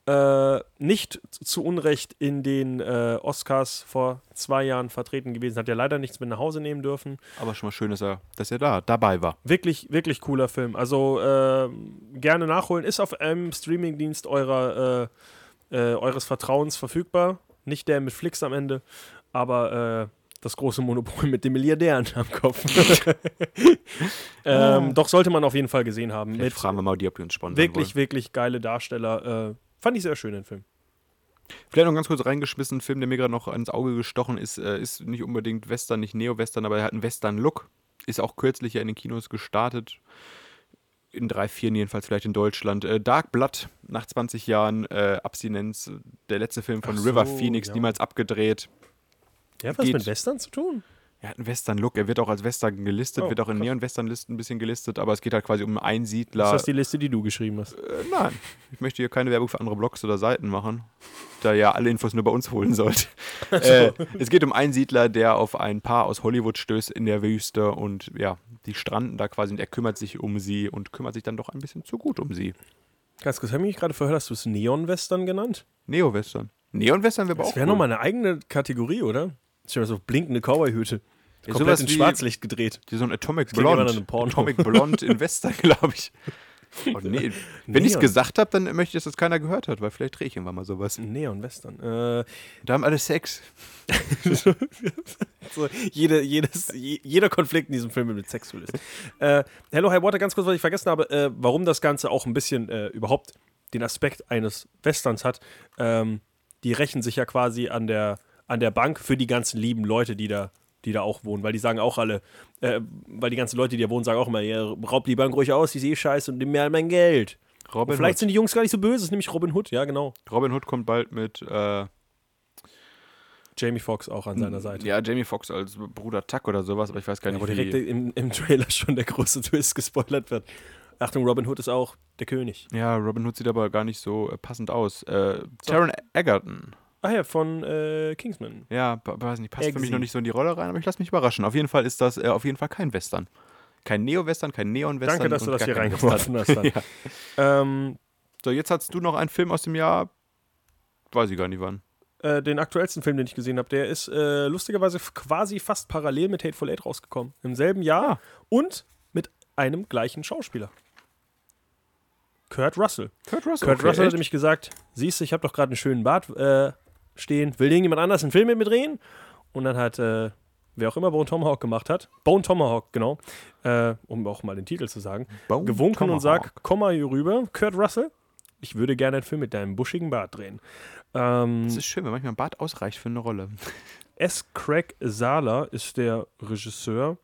Speaker 5: Äh, nicht zu- zu Unrecht in den äh, Oscars vor zwei Jahren vertreten gewesen. Hat ja leider nichts mit nach Hause nehmen dürfen.
Speaker 3: Aber schon mal schön, dass er, dass er da dabei war.
Speaker 5: Wirklich, wirklich cooler Film. Also ähm, gerne nachholen. Ist auf einem Streamingdienst eurer, äh, äh, eures Vertrauens verfügbar. Nicht der mit Flix am Ende, aber äh, das große Monopol mit dem Milliardären am Kopf. *laughs* ähm, doch sollte man auf jeden Fall gesehen haben.
Speaker 3: Jetzt
Speaker 5: Mit
Speaker 3: fragen wir mal die, ob die uns sponsern
Speaker 5: wirklich,
Speaker 3: wollen.
Speaker 5: wirklich geile Darsteller. Äh, fand ich sehr schön den Film.
Speaker 3: Vielleicht noch ganz kurz reingeschmissen, ein Film, der mir gerade noch ins Auge gestochen ist, äh, ist nicht unbedingt Western, nicht Neo-Western, aber er hat einen Western-Look. Ist auch kürzlich ja in den Kinos gestartet. In drei, vier jedenfalls vielleicht in Deutschland. Äh, Dark Blood nach 20 Jahren äh, Abstinenz. Der letzte Film von
Speaker 5: Ach so,
Speaker 3: River Phoenix,
Speaker 5: ja.
Speaker 3: niemals abgedreht.
Speaker 5: Der hat was
Speaker 3: Geht.
Speaker 5: mit Western zu tun?
Speaker 3: Er hat einen Western-Look. Er wird auch als Western gelistet,
Speaker 5: Oh,
Speaker 3: wird auch in
Speaker 5: krass.
Speaker 3: Neon-Western-Listen ein bisschen gelistet, aber es geht halt quasi um einen Einsiedler.
Speaker 5: Ist das die Liste, die du geschrieben hast?
Speaker 3: Äh, Nein, ich möchte hier keine Werbung für andere Blogs oder Seiten machen, da ihr alle Infos nur bei uns
Speaker 5: *laughs*
Speaker 3: holen sollt. Äh, es geht um einen Siedler, der auf ein Paar aus Hollywood stößt in der Wüste und ja, die stranden da quasi und er kümmert sich um sie und kümmert sich dann doch ein bisschen zu gut um sie.
Speaker 5: Ganz kurz, habe ich mich gerade verhört, hast du es Neon-Western genannt?
Speaker 3: Neowestern. Neonwestern wäre aber
Speaker 5: Das
Speaker 3: auch.
Speaker 5: wäre
Speaker 3: cool.
Speaker 5: nochmal eine eigene Kategorie, oder? Stell dir mal so blinkende Cowboy-Hüte.
Speaker 3: Ja,
Speaker 5: komplett
Speaker 3: sowas
Speaker 5: in
Speaker 3: wie-
Speaker 5: Schwarzlicht gedreht.
Speaker 3: Die so ein Atomic
Speaker 5: klingt immer
Speaker 3: Blonde.
Speaker 5: nach einem Porno.
Speaker 3: Atomic Blonde in Western, *laughs* glaube ich. Oh, nee. Wenn ich es
Speaker 5: Neon.
Speaker 3: gesagt habe, dann möchte ich, dass das keiner gehört hat, weil vielleicht drehe ich irgendwann mal sowas.
Speaker 5: Hm. Neon-Western. Äh,
Speaker 3: Da haben alle Sex.
Speaker 5: so, jede, jedes, je, jeder Konflikt in diesem Film wird sexuell ist. Äh, Hello High Water, ganz kurz, was ich vergessen habe, äh, warum das Ganze auch ein bisschen äh, überhaupt den Aspekt eines Westerns hat. Ähm, die rächen sich ja quasi an der, an der Bank für die ganzen lieben Leute, die da, die da auch wohnen, weil die sagen auch alle, äh, weil die ganzen Leute, die da wohnen, sagen auch immer, ja, raub die Bank ruhig aus, die ist eh scheiße und nimm mir all mein Geld.
Speaker 3: Robin
Speaker 5: und vielleicht
Speaker 3: Hood.
Speaker 5: sind die Jungs gar nicht so böse, es ist nämlich Robin Hood, ja genau.
Speaker 3: Robin Hood kommt bald mit äh,
Speaker 5: Jamie Foxx auch
Speaker 3: Hm,
Speaker 5: an seiner Seite.
Speaker 3: ja, Jamie Foxx als Bruder Tuck oder sowas, aber ich weiß gar
Speaker 5: Ja,
Speaker 3: nicht,
Speaker 5: wo
Speaker 3: wie.
Speaker 5: direkt im, im Trailer *laughs* schon der große Twist gespoilert wird. Achtung, Robin Hood ist auch der König.
Speaker 3: Ja, Robin Hood sieht aber gar nicht so äh, passend aus. Äh, Taron Egerton.
Speaker 5: Ah ja, von äh, Kingsman.
Speaker 3: Ja, ba- weiß nicht, passt für mich
Speaker 5: Eggsy.
Speaker 3: noch nicht so in die Rolle rein, aber ich lasse mich überraschen. Auf jeden Fall ist das äh, auf jeden Fall kein Western. Kein Neo-Western, kein Neon-Western.
Speaker 5: Danke, dass
Speaker 3: und
Speaker 5: du das
Speaker 3: gar
Speaker 5: hier
Speaker 3: kein
Speaker 5: reingeworfen hast. Dann. ähm,
Speaker 3: Western. So, jetzt hast du noch einen Film aus dem Jahr, weiß ich gar nicht wann.
Speaker 5: äh, den aktuellsten Film, den ich gesehen habe, der ist äh, lustigerweise f- quasi fast parallel mit Hateful Eight rausgekommen. Im selben Jahr und mit einem gleichen Schauspieler. Kurt Russell.
Speaker 3: Kurt Russell.
Speaker 5: Kurt Russell hat nämlich gesagt, siehst du, ich habe doch gerade einen schönen Bart äh, stehen, will irgendjemand anders einen Film mit mir drehen? Und dann hat, äh, wer auch immer Bone Tomahawk gemacht hat, Bone Tomahawk, genau, äh, um auch mal den Titel zu sagen,
Speaker 3: Bone
Speaker 5: gewunken und
Speaker 3: Tomahawk.
Speaker 5: sagt, komm mal hier rüber, Kurt Russell, ich würde gerne einen Film mit deinem buschigen Bart drehen. Ähm,
Speaker 3: Das ist schön, wenn manchmal ein Bart ausreicht für eine Rolle.
Speaker 5: S. Craig Sala ist der Regisseur.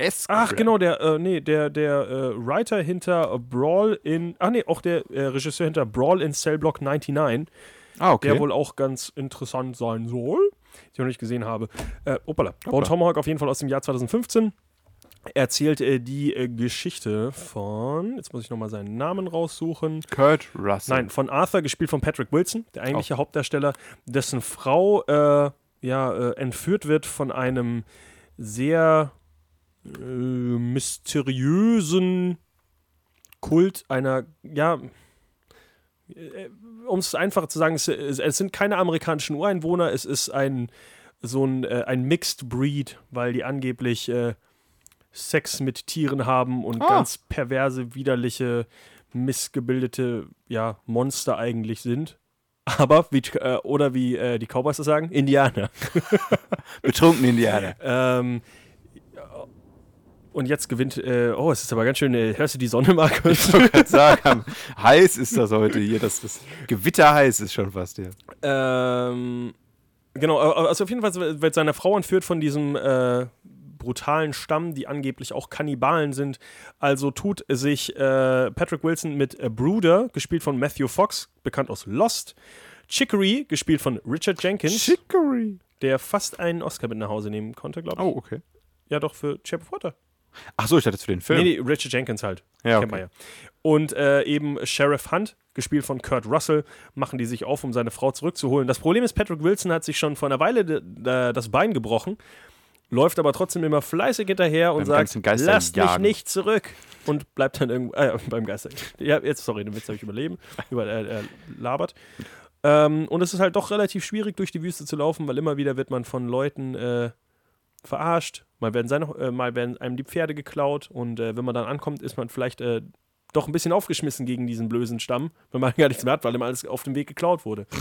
Speaker 3: Es
Speaker 5: Ach, genau, der, äh, nee, der, der äh, Writer hinter Brawl in, ach nee, auch der äh, Regisseur hinter Brawl in Cellblock 99.
Speaker 3: Ah, okay.
Speaker 5: der wohl auch ganz interessant sein soll, die ich noch nicht gesehen habe. Äh, opala. Bone Tomahawk auf jeden Fall aus dem Jahr 2015 erzählt äh, die äh, Geschichte von, jetzt muss ich nochmal seinen Namen raussuchen.
Speaker 3: Kurt Russell.
Speaker 5: Nein, von Arthur, gespielt von Patrick Wilson, der eigentliche Hauptdarsteller, dessen Frau äh, ja, äh, entführt wird von einem sehr äh, mysteriösen Kult einer, ja, um es einfacher zu sagen, es, es es sind keine amerikanischen Ureinwohner, es ist ein so ein, äh, ein Mixed Breed, weil die angeblich äh, Sex mit Tieren haben und
Speaker 3: Ah.
Speaker 5: ganz perverse, widerliche, missgebildete ja, Monster eigentlich sind. *laughs* Aber, wie, äh, oder wie äh, die Cowboys das sagen, Indianer.
Speaker 3: Betrunken Indianer.
Speaker 5: Ähm, ja, und jetzt gewinnt, äh, oh, es ist aber ganz schön, äh, hörst du die Sonne, *laughs* Markus?
Speaker 3: Sagen, heiß ist das heute hier. Das, das Gewitterheiß ist schon fast hier.
Speaker 5: Ähm, genau, äh, also auf jeden Fall wird seine Frau entführt von diesem äh, brutalen Stamm, die angeblich auch Kannibalen sind. Also tut sich äh, Patrick Wilson mit äh, Bruder, gespielt von Matthew Fox, bekannt aus Lost. Chicory, gespielt von Richard Jenkins,
Speaker 3: Chicory.
Speaker 5: der fast einen Oscar mit nach Hause nehmen konnte, glaube ich.
Speaker 3: Oh, okay.
Speaker 5: Ja, doch, für Chap Water.
Speaker 3: Ach so, ich dachte jetzt für den Film.
Speaker 5: Nee, nee, Richard Jenkins halt.
Speaker 3: Ja,
Speaker 5: Kennt man
Speaker 3: okay.
Speaker 5: ja. Und äh, eben Sheriff Hunt, gespielt von Kurt Russell, machen die sich auf, um seine Frau zurückzuholen. Das Problem ist, Patrick Wilson hat sich schon vor einer Weile de- de- das Bein gebrochen, läuft aber trotzdem immer fleißig hinterher und
Speaker 3: Beim ganzen
Speaker 5: sagt,
Speaker 3: Geistern
Speaker 5: lasst mich
Speaker 3: jagen."
Speaker 5: nicht zurück. Und bleibt dann irgendwo, äh, *laughs* beim Geister. Ja, jetzt, sorry, den Witz habe ich überleben, über, äh, äh, labert. Ähm, und es ist halt doch relativ schwierig, durch die Wüste zu laufen, weil immer wieder wird man von Leuten äh, verarscht. Mal werden, seine, äh, mal werden einem die Pferde geklaut und äh, wenn man dann ankommt, ist man vielleicht äh, doch ein bisschen aufgeschmissen gegen diesen blösen Stamm, wenn man *laughs* gar nichts mehr hat, weil ihm alles auf dem Weg geklaut wurde.
Speaker 3: *laughs*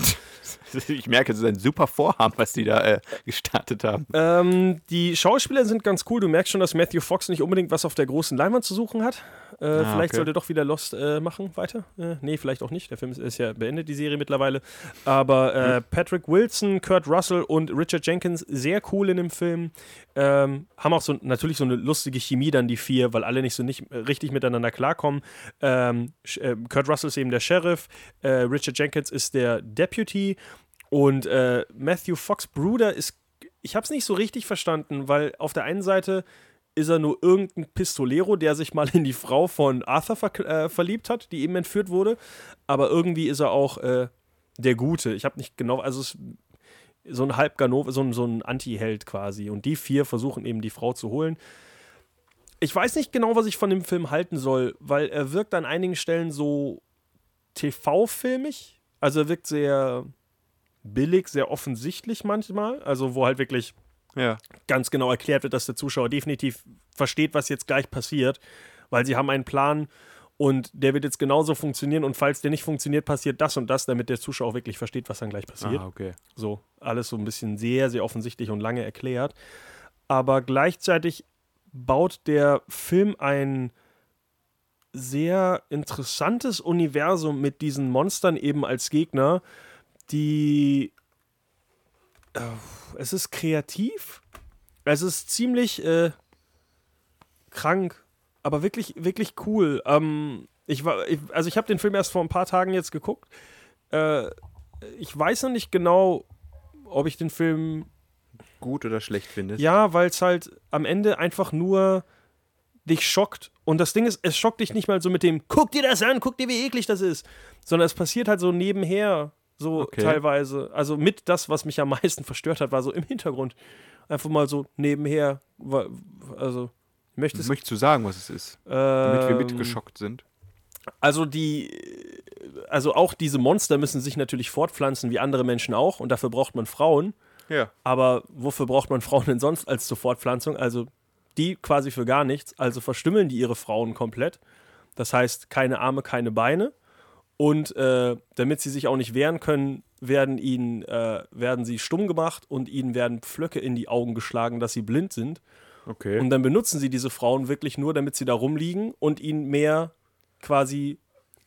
Speaker 3: Ich merke, das ist ein super Vorhaben, was die da äh, gestartet haben.
Speaker 5: Ähm, die Schauspieler sind ganz cool. Du merkst schon, dass Matthew Fox nicht unbedingt was auf der großen Leinwand zu suchen hat. Äh, vielleicht
Speaker 3: okay.
Speaker 5: sollte er doch wieder Lost äh, machen weiter. Äh, nee, vielleicht auch nicht. Der Film ist, ist ja beendet, die Serie mittlerweile. Aber äh, Patrick Wilson, Kurt Russell und Richard Jenkins sehr cool in dem Film. Ähm, haben auch so natürlich so eine lustige Chemie dann die vier, weil alle nicht so nicht äh, richtig miteinander klarkommen. Ähm, Sch- äh, Kurt Russell ist eben der Sheriff, äh, Richard Jenkins ist der Deputy und äh, Matthew Fox Bruder ist ich habe es nicht so richtig verstanden, weil auf der einen Seite ist er nur irgendein Pistolero, der sich mal in die Frau von Arthur ver äh, verliebt hat, die eben entführt wurde. Aber irgendwie ist er auch äh, der Gute. Ich habe nicht genau, also es, so ein halb Ganove, so ein, so ein Anti-Held quasi. Und die vier versuchen eben die Frau zu holen. Ich weiß nicht genau, was ich von dem Film halten soll, weil er wirkt an einigen Stellen so TV-filmig. Also er wirkt sehr billig, sehr offensichtlich manchmal. Also wo halt wirklich
Speaker 3: Ja.
Speaker 5: ganz genau erklärt wird, dass der Zuschauer definitiv versteht, was jetzt gleich passiert, weil sie haben einen Plan und der wird jetzt genauso funktionieren und falls der nicht funktioniert, passiert das und das, damit der Zuschauer auch wirklich versteht, was dann gleich passiert.
Speaker 3: Ah, okay.
Speaker 5: So, alles so ein bisschen sehr, sehr offensichtlich und lange erklärt. Aber gleichzeitig baut der Film ein sehr interessantes Universum mit diesen Monstern eben als Gegner, die. Äh, Es ist kreativ, es ist ziemlich äh, krank, aber wirklich, wirklich cool. Ähm, ich war, ich, also ich habe den Film erst vor ein paar Tagen jetzt geguckt. Äh, ich weiß noch nicht genau, ob ich den Film
Speaker 3: Gut oder schlecht findest.
Speaker 5: ja, weil es halt am Ende einfach nur dich schockt. Und das Ding ist, es schockt dich nicht mal so mit dem, guck dir das an, guck dir, wie eklig das ist. Sondern es passiert halt so nebenher, so
Speaker 3: Okay.
Speaker 5: teilweise. Also mit das, was mich am meisten *laughs* verstört hat, war so im Hintergrund. Einfach mal so nebenher. wa- Also, möchtest
Speaker 3: Möchtest du sagen, was es ist? Damit wir mitgeschockt sind.
Speaker 5: ähm, also die, also auch diese Monster müssen sich natürlich fortpflanzen, wie andere Menschen auch, und dafür braucht man Frauen.
Speaker 3: Ja.
Speaker 5: Aber wofür braucht man Frauen denn sonst als zur Fortpflanzung? Also die quasi für gar nichts. Also verstümmeln die ihre Frauen komplett. Das heißt, keine Arme, keine Beine. Und äh, damit sie sich auch nicht wehren können, werden ihnen äh, werden sie stumm gemacht und ihnen werden Pflöcke in die Augen geschlagen, dass sie blind sind.
Speaker 3: Okay.
Speaker 5: Und dann benutzen sie diese Frauen wirklich nur, damit sie da rumliegen und ihnen mehr quasi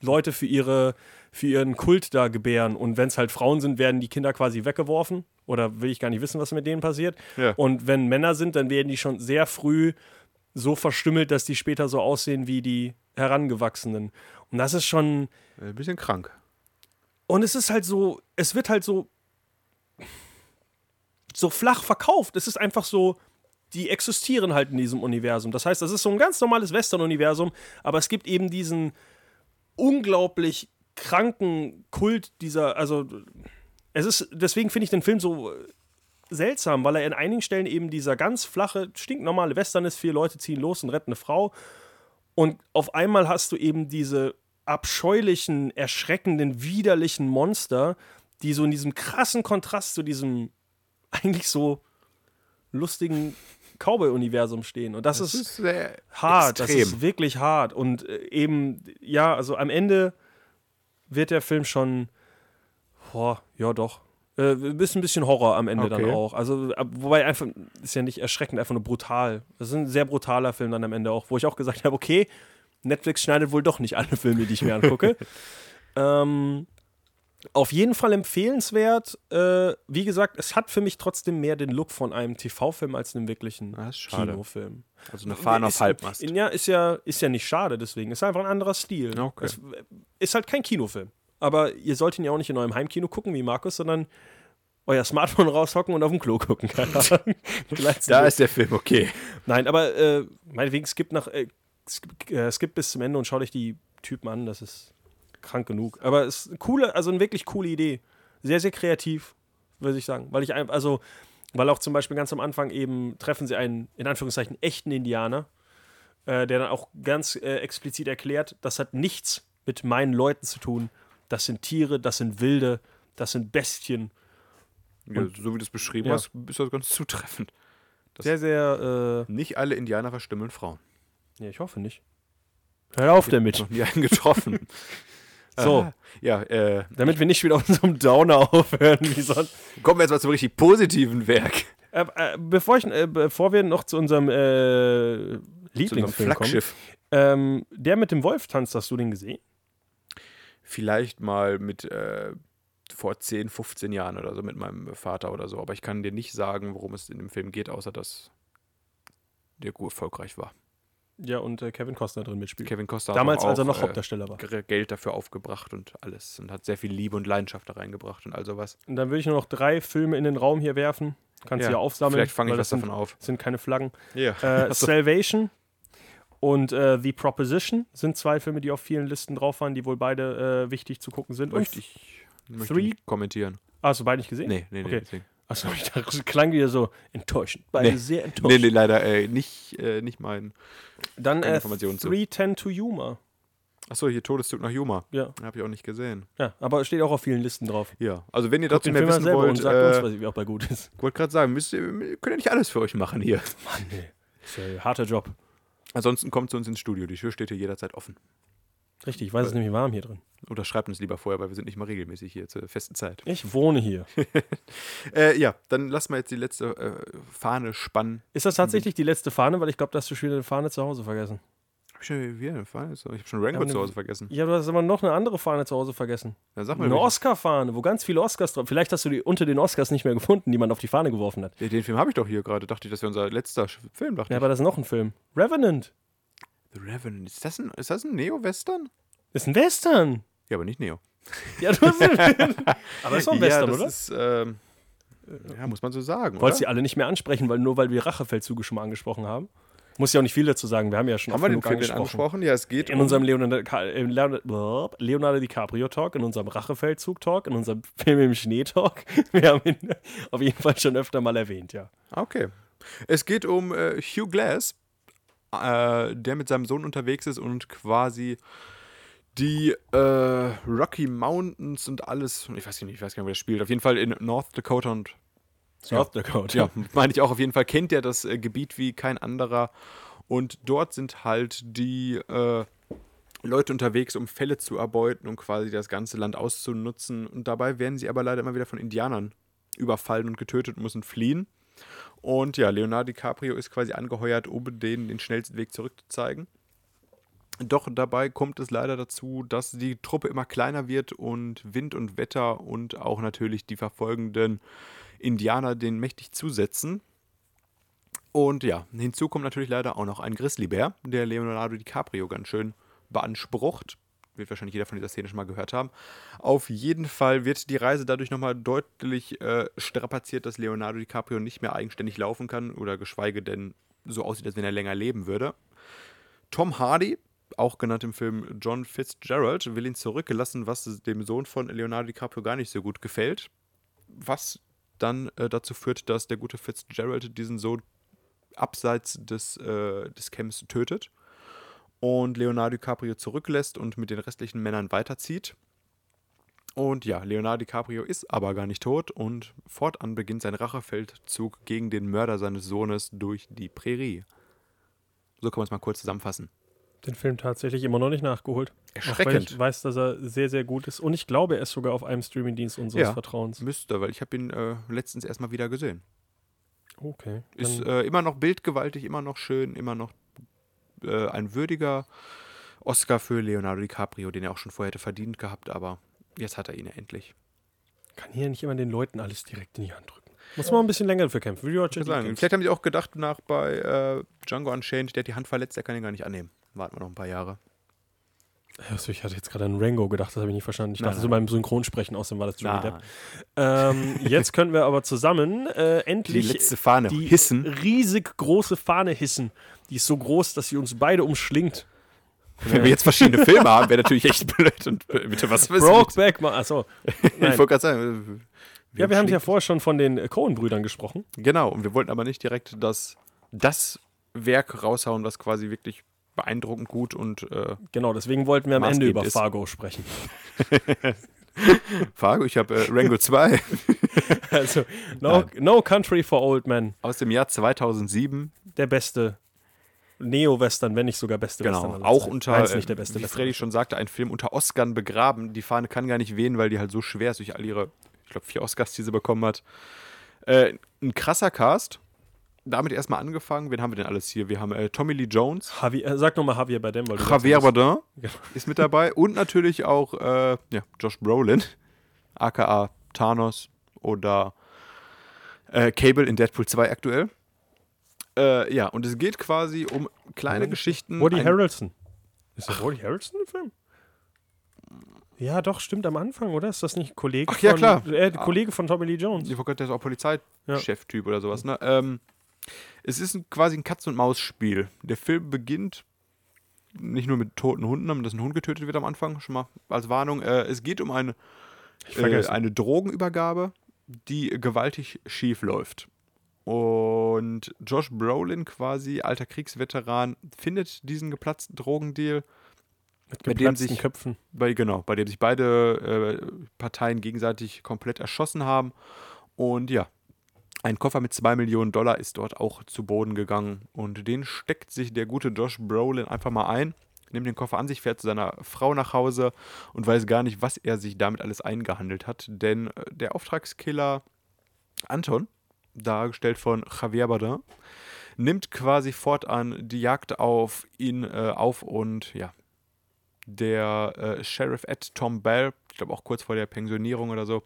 Speaker 5: Leute für, ihre, für ihren Kult da gebären. Und wenn es halt Frauen sind, werden die Kinder quasi weggeworfen. Oder will ich gar nicht wissen, was mit denen passiert.
Speaker 3: Ja.
Speaker 5: Und wenn Männer sind, dann werden die schon sehr früh so verstümmelt, dass die später so aussehen wie die Herangewachsenen. Und das ist schon.
Speaker 3: Ein Äh, bisschen krank.
Speaker 5: Und es ist halt so, es wird halt so so flach verkauft. Es ist einfach so, die existieren halt in diesem Universum. Das heißt, das ist so ein ganz normales Western-Universum, aber es gibt eben diesen unglaublich kranken Kult dieser, also es ist, deswegen finde ich den Film so äh, seltsam, weil er in einigen Stellen eben dieser ganz flache, stinknormale Western ist, vier Leute ziehen los und retten eine Frau und auf einmal hast du eben diese abscheulichen, erschreckenden, widerlichen Monster, die so in diesem krassen Kontrast zu diesem eigentlich so lustigen Cowboy-Universum stehen. Und das, ist
Speaker 3: sehr
Speaker 5: hart, das ist wirklich hart. Und äh, eben, ja, also am Ende wird der Film schon, boah, ja doch, äh, ist ein bisschen Horror am Ende dann
Speaker 3: Okay.
Speaker 5: auch. Also, ab- wobei einfach, ist ja nicht erschreckend, einfach nur brutal. Das ist ein sehr brutaler Film dann am Ende auch, wo ich auch gesagt habe, okay, Netflix schneidet wohl doch nicht alle Filme, die ich mir
Speaker 3: *laughs*
Speaker 5: angucke. ähm, auf jeden Fall empfehlenswert. Äh, wie gesagt, es hat für mich trotzdem mehr den Look von einem TV-Film als einem wirklichen
Speaker 3: Ah, ist schade.
Speaker 5: Kinofilm.
Speaker 3: also eine Fahne auf
Speaker 5: Ist-
Speaker 3: Halbmast.
Speaker 5: Ja, ist ja, ist ja nicht schade, deswegen. Ist einfach ein anderer Stil.
Speaker 3: Okay.
Speaker 5: Es ist halt kein Kinofilm. Aber ihr sollt ihn ja auch nicht in eurem Heimkino gucken, wie Markus, sondern euer Smartphone *laughs* raushocken und auf dem Klo
Speaker 3: *laughs*
Speaker 5: gucken. *laughs* Keine Ahnung. Vielleicht so.
Speaker 3: Da ist der Film okay.
Speaker 5: Nein, aber äh, meinetwegen skippt nach, äh, skip, äh, skippt bis zum Ende und schaut euch die Typen an, das ist krank genug. Aber es ist eine coole, also eine wirklich coole Idee. Sehr, sehr kreativ, würde ich sagen. Weil ich einfach, also, weil auch zum Beispiel ganz am Anfang eben treffen sie einen, in Anführungszeichen, echten Indianer, äh, der dann auch ganz äh, explizit erklärt, das hat nichts mit meinen Leuten zu tun. Das sind Tiere, das sind Wilde, das sind Bestien.
Speaker 3: Ja, so wie du es beschrieben
Speaker 5: Ja.
Speaker 3: hast, ist das ganz zutreffend.
Speaker 5: Sehr, sehr,
Speaker 3: Nicht alle Indianer verstümmeln Frauen.
Speaker 5: äh, ja, ich hoffe nicht. Hör auf damit.
Speaker 3: Noch nie einen *laughs* getroffen.
Speaker 5: So.
Speaker 3: Ah, ja, äh,
Speaker 5: Damit wir nicht wieder *laughs* auf unserem Downer aufhören,
Speaker 3: *laughs*
Speaker 5: wie sonst.
Speaker 3: kommen wir jetzt mal zum richtig positiven Werk.
Speaker 5: Äh, äh, bevor, ich, äh, bevor wir noch zu unserem äh,
Speaker 3: Zu unserem
Speaker 5: Lieblingsfilm kommen,
Speaker 3: Flaggschiff.
Speaker 5: ähm, der mit dem Wolf tanzt, hast du den gesehen?
Speaker 3: Vielleicht mal mit äh, vor 10, 15 Jahren oder so mit meinem Vater oder so. Aber ich kann dir nicht sagen, worum es in dem Film geht, außer dass der gut erfolgreich war.
Speaker 5: Ja, und äh, Kevin Costner drin mitspielt.
Speaker 3: Kevin Costner
Speaker 5: Damals,
Speaker 3: hat auch,
Speaker 5: als er noch
Speaker 3: äh,
Speaker 5: Hauptdarsteller war.
Speaker 3: Gre- Geld dafür aufgebracht und alles und hat sehr viel Liebe und Leidenschaft da reingebracht und all sowas.
Speaker 5: Und dann würde ich nur noch drei Filme in den Raum hier werfen. Kannst du ja aufsammeln.
Speaker 3: Vielleicht fange ich
Speaker 5: weil
Speaker 3: was
Speaker 5: das sind,
Speaker 3: davon auf.
Speaker 5: sind keine
Speaker 3: *laughs*
Speaker 5: Flaggen.
Speaker 3: Ja.
Speaker 5: Äh, Salvation und äh, The Proposition sind zwei Filme, die auf vielen Listen drauf waren, die wohl beide äh, wichtig zu gucken sind. Und-
Speaker 3: möchte ich möchte
Speaker 5: Three?
Speaker 3: nicht kommentieren.
Speaker 5: Hast du beide nicht gesehen?
Speaker 3: Nee, nee, nee.
Speaker 5: Okay.
Speaker 3: deswegen.
Speaker 5: Achso, *laughs* ich dachte, es klang wieder so enttäuschend. Beide
Speaker 3: Nee.
Speaker 5: sehr enttäuscht.
Speaker 3: Nee, nee, leider äh, nicht, äh, nicht mein.
Speaker 5: Dann
Speaker 3: keine
Speaker 5: äh,
Speaker 3: Informationen zu.
Speaker 5: 310 to Yuma.
Speaker 3: Achso, hier Todeszug nach Yuma.
Speaker 5: Ja.
Speaker 3: Habe ich auch nicht gesehen.
Speaker 5: Ja, aber steht auch auf vielen Listen drauf.
Speaker 3: Ja, also wenn ihr dazu
Speaker 5: Den
Speaker 3: mehr
Speaker 5: Film
Speaker 3: wissen
Speaker 5: selber und
Speaker 3: wollt,
Speaker 5: sagt
Speaker 3: äh,
Speaker 5: uns, was, wie auch bei gut ist. *laughs*
Speaker 3: wollte gerade sagen, müsst ihr, könnt ihr nicht alles für euch machen hier. *laughs*
Speaker 5: Mann, ey. Ist ja ein harter Job.
Speaker 3: Ansonsten kommt zu uns ins Studio. Die Tür steht hier jederzeit offen.
Speaker 5: Richtig, ich weiß, es
Speaker 3: Äh.
Speaker 5: ist nämlich warm hier drin.
Speaker 3: Oder schreibt uns lieber vorher, weil wir sind nicht mal regelmäßig hier zur festen Zeit.
Speaker 5: Ich wohne hier.
Speaker 3: Äh, ja, dann lassen wir jetzt die letzte äh, Fahne spannen.
Speaker 5: Ist das tatsächlich die letzte Fahne? Weil ich glaube, da hast du schon wieder eine Fahne zu Hause vergessen.
Speaker 3: Hab ich schon wieder eine Fahne? Ich habe schon Rango
Speaker 5: Ja,
Speaker 3: zu
Speaker 5: ne-
Speaker 3: Hause vergessen.
Speaker 5: Ja, du hast aber noch eine andere Fahne zu Hause vergessen.
Speaker 3: Dann sag mal,
Speaker 5: Eine
Speaker 3: welche-
Speaker 5: Oscar-Fahne, wo ganz viele Oscars drauf. Vielleicht hast du die unter den Oscars nicht mehr gefunden, die man auf die Fahne geworfen hat.
Speaker 3: Ja, den Film habe ich doch hier gerade. Dachte ich, das wäre unser letzter Sch- Film. Dachte
Speaker 5: Ja, aber das ist noch ein Film. Revenant.
Speaker 3: ich. The Revenant. Ist das ein, ist das ein Neo-Western?
Speaker 5: Ist ein Western.
Speaker 3: Ja, aber nicht Neo.
Speaker 5: *laughs* Ja, du hast
Speaker 3: *laughs*
Speaker 5: Aber ist doch ein Western,
Speaker 3: ja, das
Speaker 5: oder?
Speaker 3: Ist, ähm, ja, muss man so sagen.
Speaker 5: Wolltest
Speaker 3: oder?
Speaker 5: sie alle nicht mehr ansprechen, weil nur weil wir Rachefeldzüge schon mal angesprochen haben. Muss ja auch nicht viel dazu sagen, wir haben ja schon
Speaker 3: Haben
Speaker 5: oft
Speaker 3: wir den
Speaker 5: genug
Speaker 3: Film denn angesprochen? Ja, es geht
Speaker 5: In
Speaker 3: um
Speaker 5: unserem Leonardo, Ka- äh, Leonardo- Blub, Leonardo DiCaprio-Talk, in unserem Rachefeldzug-Talk, in unserem *laughs* Film im Schnee-Talk. Wir haben ihn *laughs* auf jeden Fall schon öfter mal erwähnt, ja.
Speaker 3: Ah, Okay. Es geht um äh, Hugh Glass, äh, der mit seinem Sohn unterwegs ist und quasi die äh, Rocky Mountains und alles, ich weiß nicht, ich weiß gar nicht, wo das spielt, auf jeden Fall in North Dakota und
Speaker 5: South Dakota.
Speaker 3: ja, meine ich auch auf jeden Fall, kennt er das äh, Gebiet wie kein anderer. Und dort sind halt die äh, Leute unterwegs, um Fälle zu erbeuten und quasi das ganze Land auszunutzen. Und dabei werden sie aber leider immer wieder von Indianern überfallen und getötet und müssen fliehen. Und ja, Leonardo DiCaprio ist quasi angeheuert, um denen den schnellsten Weg zurückzuzeigen. Doch dabei kommt es leider dazu, dass die Truppe immer kleiner wird und Wind und Wetter und auch natürlich die verfolgenden Indianer den mächtig zusetzen. Und ja, hinzu kommt natürlich leider auch noch ein Grizzlybär, der Leonardo DiCaprio ganz schön beansprucht. Wird wahrscheinlich jeder von dieser Szene schon mal gehört haben. Auf jeden Fall wird die Reise dadurch nochmal deutlich äh, strapaziert, dass Leonardo DiCaprio nicht mehr eigenständig laufen kann oder geschweige denn so aussieht, als wenn er länger leben würde. Tom Hardy, auch genannt im Film John Fitzgerald, will ihn zurückgelassen, was dem Sohn von Leonardo DiCaprio gar nicht so gut gefällt was dann äh, dazu führt, dass der gute Fitzgerald diesen Sohn abseits des, äh, des Camps tötet und Leonardo DiCaprio zurücklässt und mit den restlichen Männern weiterzieht. Und ja, Leonardo DiCaprio ist aber gar nicht tot und fortan beginnt sein Rachefeldzug gegen den Mörder seines Sohnes durch die Prärie. So kann man es mal kurz zusammenfassen.
Speaker 5: Den Film tatsächlich immer noch nicht nachgeholt. Auch weil
Speaker 3: Erschreckend.
Speaker 5: ich weiß, dass er sehr, sehr gut ist. Und ich glaube, er ist sogar auf einem Streamingdienst unseres
Speaker 3: Ja.
Speaker 5: Vertrauens.
Speaker 3: Müsste, weil ich habe ihn äh, letztens erstmal wieder gesehen.
Speaker 5: Okay. Dann-
Speaker 3: Ist äh, immer noch bildgewaltig, immer noch schön, immer noch äh, ein würdiger Oscar für Leonardo DiCaprio, den er auch schon vorher hätte verdient gehabt, aber jetzt hat er ihn ja endlich.
Speaker 5: Kann hier nicht immer den Leuten alles direkt in die Hand drücken. Muss man ein bisschen länger dafür kämpfen. Wie Roger
Speaker 3: Ich sagen,
Speaker 5: Deakins.
Speaker 3: vielleicht haben sie auch gedacht nach bei äh, Django Unchained, der hat die Hand verletzt, der kann ihn gar nicht annehmen. Warten wir noch ein paar Jahre.
Speaker 5: Also ich hatte jetzt gerade an Rango gedacht, das habe ich nicht verstanden. Ich
Speaker 3: Nein,
Speaker 5: dachte so beim Synchronsprechen, außerdem war das Johnny Depp.
Speaker 3: Na,
Speaker 5: Ähm, jetzt können wir aber zusammen äh,
Speaker 3: die
Speaker 5: endlich
Speaker 3: letzte Fahne
Speaker 5: die
Speaker 3: hissen.
Speaker 5: riesig große Fahne hissen. Die ist so groß, dass sie uns beide umschlingt.
Speaker 3: Wenn wir jetzt verschiedene Filme haben, wäre natürlich echt *laughs* blöd. Und äh, bitte was wissen.
Speaker 5: Brokeback, Ma- achso.
Speaker 3: *laughs* ich
Speaker 5: Nein.
Speaker 3: wollte gerade sagen. äh,
Speaker 5: Ja, wir haben
Speaker 3: schlägt-
Speaker 5: ja vorher schon von den Cohen-Brüdern gesprochen.
Speaker 3: Genau, und wir wollten aber nicht direkt das, das Werk raushauen, was quasi wirklich beeindruckend gut und äh,
Speaker 5: Genau, deswegen wollten wir am Ende
Speaker 3: Maßgebend
Speaker 5: über
Speaker 3: ist.
Speaker 5: Fargo sprechen. *laughs*
Speaker 3: Fargo, ich habe äh, *laughs* Rango 2
Speaker 5: Also, no, no Country for Old Men,
Speaker 3: aus dem Jahr 2007,
Speaker 5: der beste Neo-Western, wenn nicht sogar beste Western.
Speaker 3: genau,
Speaker 5: aller
Speaker 3: auch
Speaker 5: Zeiten.
Speaker 3: unter,
Speaker 5: Nein, ist
Speaker 3: äh,
Speaker 5: nicht der beste
Speaker 3: wie
Speaker 5: Western.
Speaker 3: Freddy schon sagte, ein Film unter Oscars begraben. Die Fahne kann gar nicht wehen, weil die halt so schwer ist durch all ihre, ich glaube, vier Oscars, die sie bekommen hat. Äh, ein krasser Cast. Damit erstmal angefangen. Wen haben wir denn alles hier? Wir haben äh, Tommy Lee Jones,
Speaker 5: Javier, äh, sag nochmal Javier Genau. Bardem, weil du
Speaker 3: Javier
Speaker 5: sagst, das-
Speaker 3: Bardin ist mit dabei und natürlich auch äh, ja, Josh Brolin, *laughs* aka Thanos oder äh, Cable in Deadpool 2 aktuell. Äh, ja, und es geht quasi um kleine Geschichten.
Speaker 5: Oh. Woody
Speaker 3: ein-
Speaker 5: Harrelson. Ist das Woody Harrelson im Film? Ja, doch, stimmt am Anfang, oder? Ist das nicht ein Kollege
Speaker 3: Ach ja,
Speaker 5: von,
Speaker 3: klar. Ah.
Speaker 5: Äh, Kollege von Tommy Lee Jones?
Speaker 3: Ich wollte gerade, der ist auch Polizeichef-Typ oder sowas. Ne? Ähm, es ist ein, quasi ein Katz-und-Maus-Spiel. Der Film beginnt nicht nur mit toten Hunden, aber dass ein Hund getötet wird am Anfang, schon mal als Warnung. Äh, es geht um eine, äh,
Speaker 5: vergesse.
Speaker 3: eine Drogenübergabe, die gewaltig schief läuft. Und Josh Brolin, quasi alter Kriegsveteran, findet diesen geplatzten Drogendeal
Speaker 5: Mit
Speaker 3: Bei dem
Speaker 5: geplatzten
Speaker 3: sich-
Speaker 5: Köpfen.
Speaker 3: bei, genau, bei dem sich beide äh, Parteien gegenseitig komplett erschossen haben. Und ja, ein Koffer mit 2 Millionen Dollar ist dort auch zu Boden gegangen. Und den steckt sich der gute Josh Brolin einfach mal ein, nimmt den Koffer an sich, fährt zu seiner Frau nach Hause und weiß gar nicht, was er sich damit alles eingehandelt hat. Denn äh, der Auftragskiller Anton, dargestellt von Javier Bardin, nimmt quasi fortan die Jagd auf ihn äh, auf und ja, der äh, Sheriff Ed Tom Bell, ich glaube auch kurz vor der Pensionierung oder so,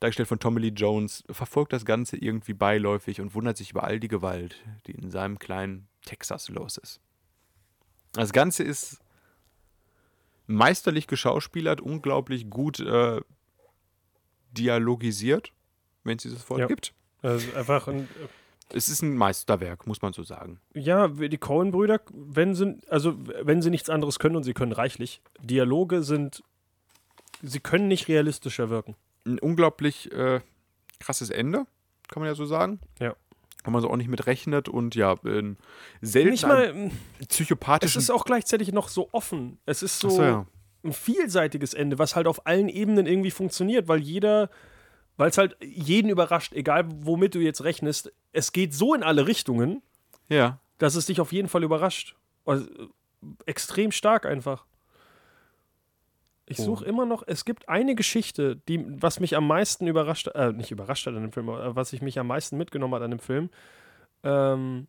Speaker 3: dargestellt von Tommy Lee Jones, verfolgt das Ganze irgendwie beiläufig und wundert sich über all die Gewalt, die in seinem kleinen Texas los ist. Das Ganze ist meisterlich geschauspielert, unglaublich gut äh, dialogisiert, wenn es dieses Wort
Speaker 5: Ja.
Speaker 3: gibt.
Speaker 5: Also einfach ein,
Speaker 3: Es ist ein Meisterwerk, muss man so sagen.
Speaker 5: ja, die Cohen-Brüder, wenn sie, also wenn sie nichts anderes können und sie können reichlich, Dialoge sind, sie können nicht realistischer wirken.
Speaker 3: ein unglaublich äh, krasses Ende, kann man ja so sagen.
Speaker 5: Ja.
Speaker 3: Haben man so auch nicht mit rechnet und ja, in
Speaker 5: Nicht
Speaker 3: selten einen
Speaker 5: mal, hm, es
Speaker 3: psychopathischen.
Speaker 5: ist auch gleichzeitig noch so offen. Es ist so,
Speaker 3: Ach so, ja.
Speaker 5: ein vielseitiges Ende, was halt auf allen Ebenen irgendwie funktioniert, weil jeder, weil es halt jeden überrascht, egal womit du jetzt rechnest, es geht so in alle Richtungen,
Speaker 3: ja.
Speaker 5: dass es dich auf jeden Fall überrascht. Also, äh, extrem stark einfach. Ich
Speaker 3: Oh.
Speaker 5: suche immer noch, es gibt eine Geschichte, die, was mich am meisten überrascht, äh, nicht überrascht hat an dem Film, aber was ich mich am meisten mitgenommen hat an dem Film. Ähm,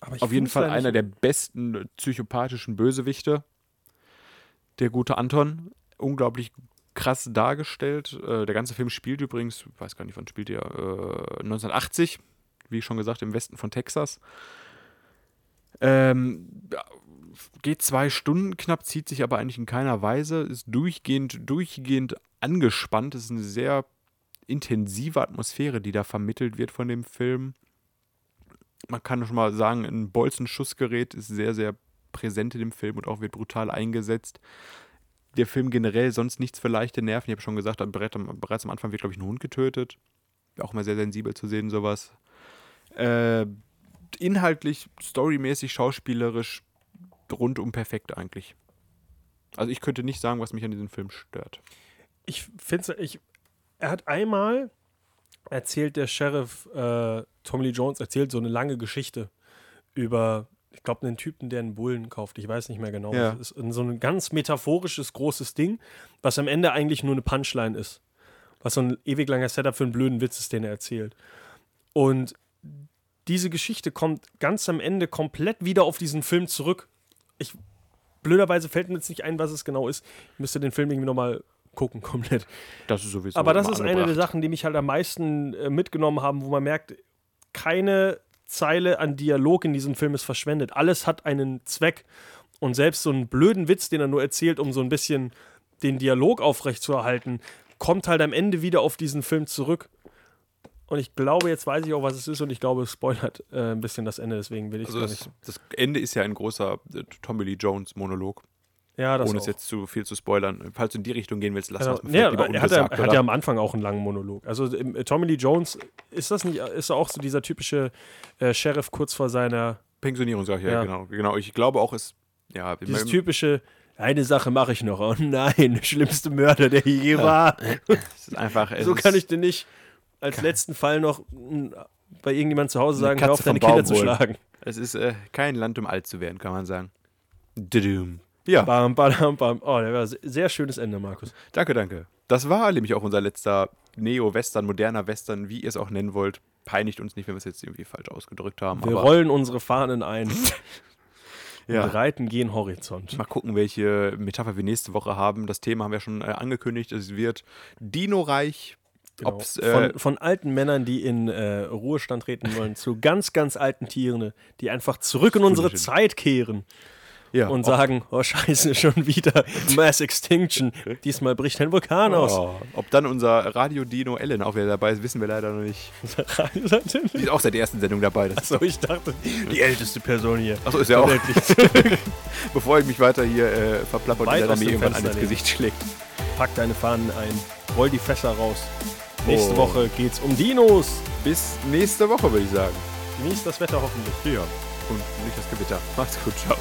Speaker 5: aber ich
Speaker 3: Auf jeden
Speaker 5: find's
Speaker 3: Fall
Speaker 5: leider nicht-
Speaker 3: einer der besten äh, psychopathischen Bösewichte. Der gute Anton. Unglaublich krass dargestellt. Äh, der ganze Film spielt übrigens, ich weiß gar nicht, wann spielt er, äh, 1980, wie schon gesagt, im Westen von Texas. Ähm, ja, geht zwei Stunden knapp, zieht sich aber eigentlich in keiner Weise, ist durchgehend, durchgehend angespannt. Es ist eine sehr intensive Atmosphäre, die da vermittelt wird von dem Film man kann schon mal sagen, ein Bolzenschussgerät ist sehr, sehr präsent in dem Film und auch wird brutal eingesetzt. Der Film generell sonst nichts für leichte Nerven. Ich habe schon gesagt, am Brett- am- bereits am Anfang wird, glaube ich, ein Hund getötet. Auch immer sehr sensibel zu sehen, sowas. Äh, inhaltlich, storymäßig, schauspielerisch rundum perfekt eigentlich. Also ich könnte nicht sagen, was mich an diesem Film stört.
Speaker 5: ich finde ich er hat einmal erzählt der Sheriff äh, Tommy Lee Jones erzählt so eine lange Geschichte über ich glaube einen Typen der einen Bullen kauft ich weiß nicht mehr genau
Speaker 3: Ja.
Speaker 5: das ist ein- so ein ganz metaphorisches großes Ding was am Ende eigentlich nur eine Punchline ist was so ein ewig langer Setup für einen blöden Witz ist den er erzählt und diese Geschichte kommt ganz am Ende komplett wieder auf diesen Film zurück ich blöderweise fällt mir jetzt nicht ein was es genau ist ich müsste den Film irgendwie noch mal gucken *laughs* komplett
Speaker 3: Das ist sowieso.
Speaker 5: aber das
Speaker 3: immer
Speaker 5: ist eine der
Speaker 3: angebracht.
Speaker 5: Sachen, die mich halt am meisten äh, mitgenommen haben, wo man merkt, keine Zeile an Dialog in diesem Film ist verschwendet. Alles hat einen Zweck. Und selbst so einen blöden Witz, den er nur erzählt, um so ein bisschen den Dialog aufrechtzuerhalten, kommt halt am Ende wieder auf diesen Film zurück. Und ich glaube, jetzt weiß ich auch, was es ist, und ich glaube, es spoilert äh, ein bisschen das Ende, deswegen will ich es
Speaker 3: Also
Speaker 5: gar nicht.
Speaker 3: das, das Ende ist ja ein großer äh, Tommy Lee Jones Monolog.
Speaker 5: Ja, das
Speaker 3: ohne es
Speaker 5: auch.
Speaker 3: jetzt zu viel zu spoilern. Falls du in die Richtung gehen willst, lass
Speaker 5: Ja,
Speaker 3: das mal
Speaker 5: Genau. Also, ja,
Speaker 3: vielleicht lieber
Speaker 5: er hat, ja,
Speaker 3: ungesagt,
Speaker 5: er hat
Speaker 3: oder?
Speaker 5: ja am Anfang auch einen langen Monolog. Also im, äh, Tommy Lee Jones ist das nicht, ist er auch so dieser typische äh, Sheriff kurz vor seiner,
Speaker 3: Pensionierung, sag ich ja,
Speaker 5: Ja.
Speaker 3: Genau, genau. Ich glaube auch, es. Ja,
Speaker 5: dieses
Speaker 3: im-
Speaker 5: typische, eine Sache mache ich noch. Oh nein, *laughs* der schlimmste Mörder, der hier je war.
Speaker 3: es ist einfach.
Speaker 5: *laughs*
Speaker 3: Es
Speaker 5: So
Speaker 3: ist
Speaker 5: kann ich dir nicht als letzten Fall noch mh, bei irgendjemandem zu Hause sagen, hör
Speaker 3: Katze
Speaker 5: auf deine
Speaker 3: vom
Speaker 5: Kinder
Speaker 3: Baum
Speaker 5: zu
Speaker 3: holen.
Speaker 5: schlagen.
Speaker 3: Es ist äh, kein Land, um alt zu werden, kann man sagen. Dudum. Ja,
Speaker 5: Bam, bam, bam. Oh, der war se- sehr schönes Ende, Markus.
Speaker 3: danke, danke. Das war nämlich auch unser letzter Neo-Western, moderner Western, wie ihr es auch nennen wollt. Peinigt uns nicht, wenn wir es jetzt irgendwie falsch ausgedrückt haben.
Speaker 5: Wir
Speaker 3: aber
Speaker 5: rollen unsere Fahnen ein und
Speaker 3: ja.
Speaker 5: reiten gen Horizont.
Speaker 3: Mal gucken, welche Metapher wir nächste Woche haben. Das Thema haben wir schon äh, angekündigt. Es wird Dino-reich.
Speaker 5: Genau.
Speaker 3: Ob's, äh,
Speaker 5: von, von alten Männern, die in äh, Ruhestand treten wollen,
Speaker 3: *laughs*
Speaker 5: zu ganz, ganz alten Tieren, die einfach zurück in unsere
Speaker 3: Wunderschön.
Speaker 5: Zeit kehren
Speaker 3: ja,
Speaker 5: und
Speaker 3: ob-
Speaker 5: sagen, oh
Speaker 3: *laughs*
Speaker 5: scheiße, schon wieder Mass Extinction. Diesmal bricht ein Vulkan aus. *laughs*
Speaker 3: Oh, ob dann unser Radio-Dino Ellen auch wieder dabei ist, wissen wir leider noch nicht. Die ist auch seit der ersten Sendung dabei. Das
Speaker 5: so, ich dachte, die älteste Person hier.
Speaker 3: Achso, ist ja auch,
Speaker 5: Wirklich,
Speaker 3: *laughs* bevor ich mich weiter hier äh, verplapper und
Speaker 5: Weit
Speaker 3: der
Speaker 5: aus
Speaker 3: mir
Speaker 5: dem
Speaker 3: irgendwann
Speaker 5: Fenster
Speaker 3: an ins
Speaker 5: lehnen.
Speaker 3: Gesicht schlägt.
Speaker 5: Pack deine Fahnen ein, roll die Fässer raus. Nächste
Speaker 3: Oh.
Speaker 5: Woche geht's um Dinos.
Speaker 3: Bis nächste Woche, würde ich sagen.
Speaker 5: Genießt das Wetter hoffentlich.
Speaker 3: Ja. Und nicht das Gewitter. Macht's gut, ciao.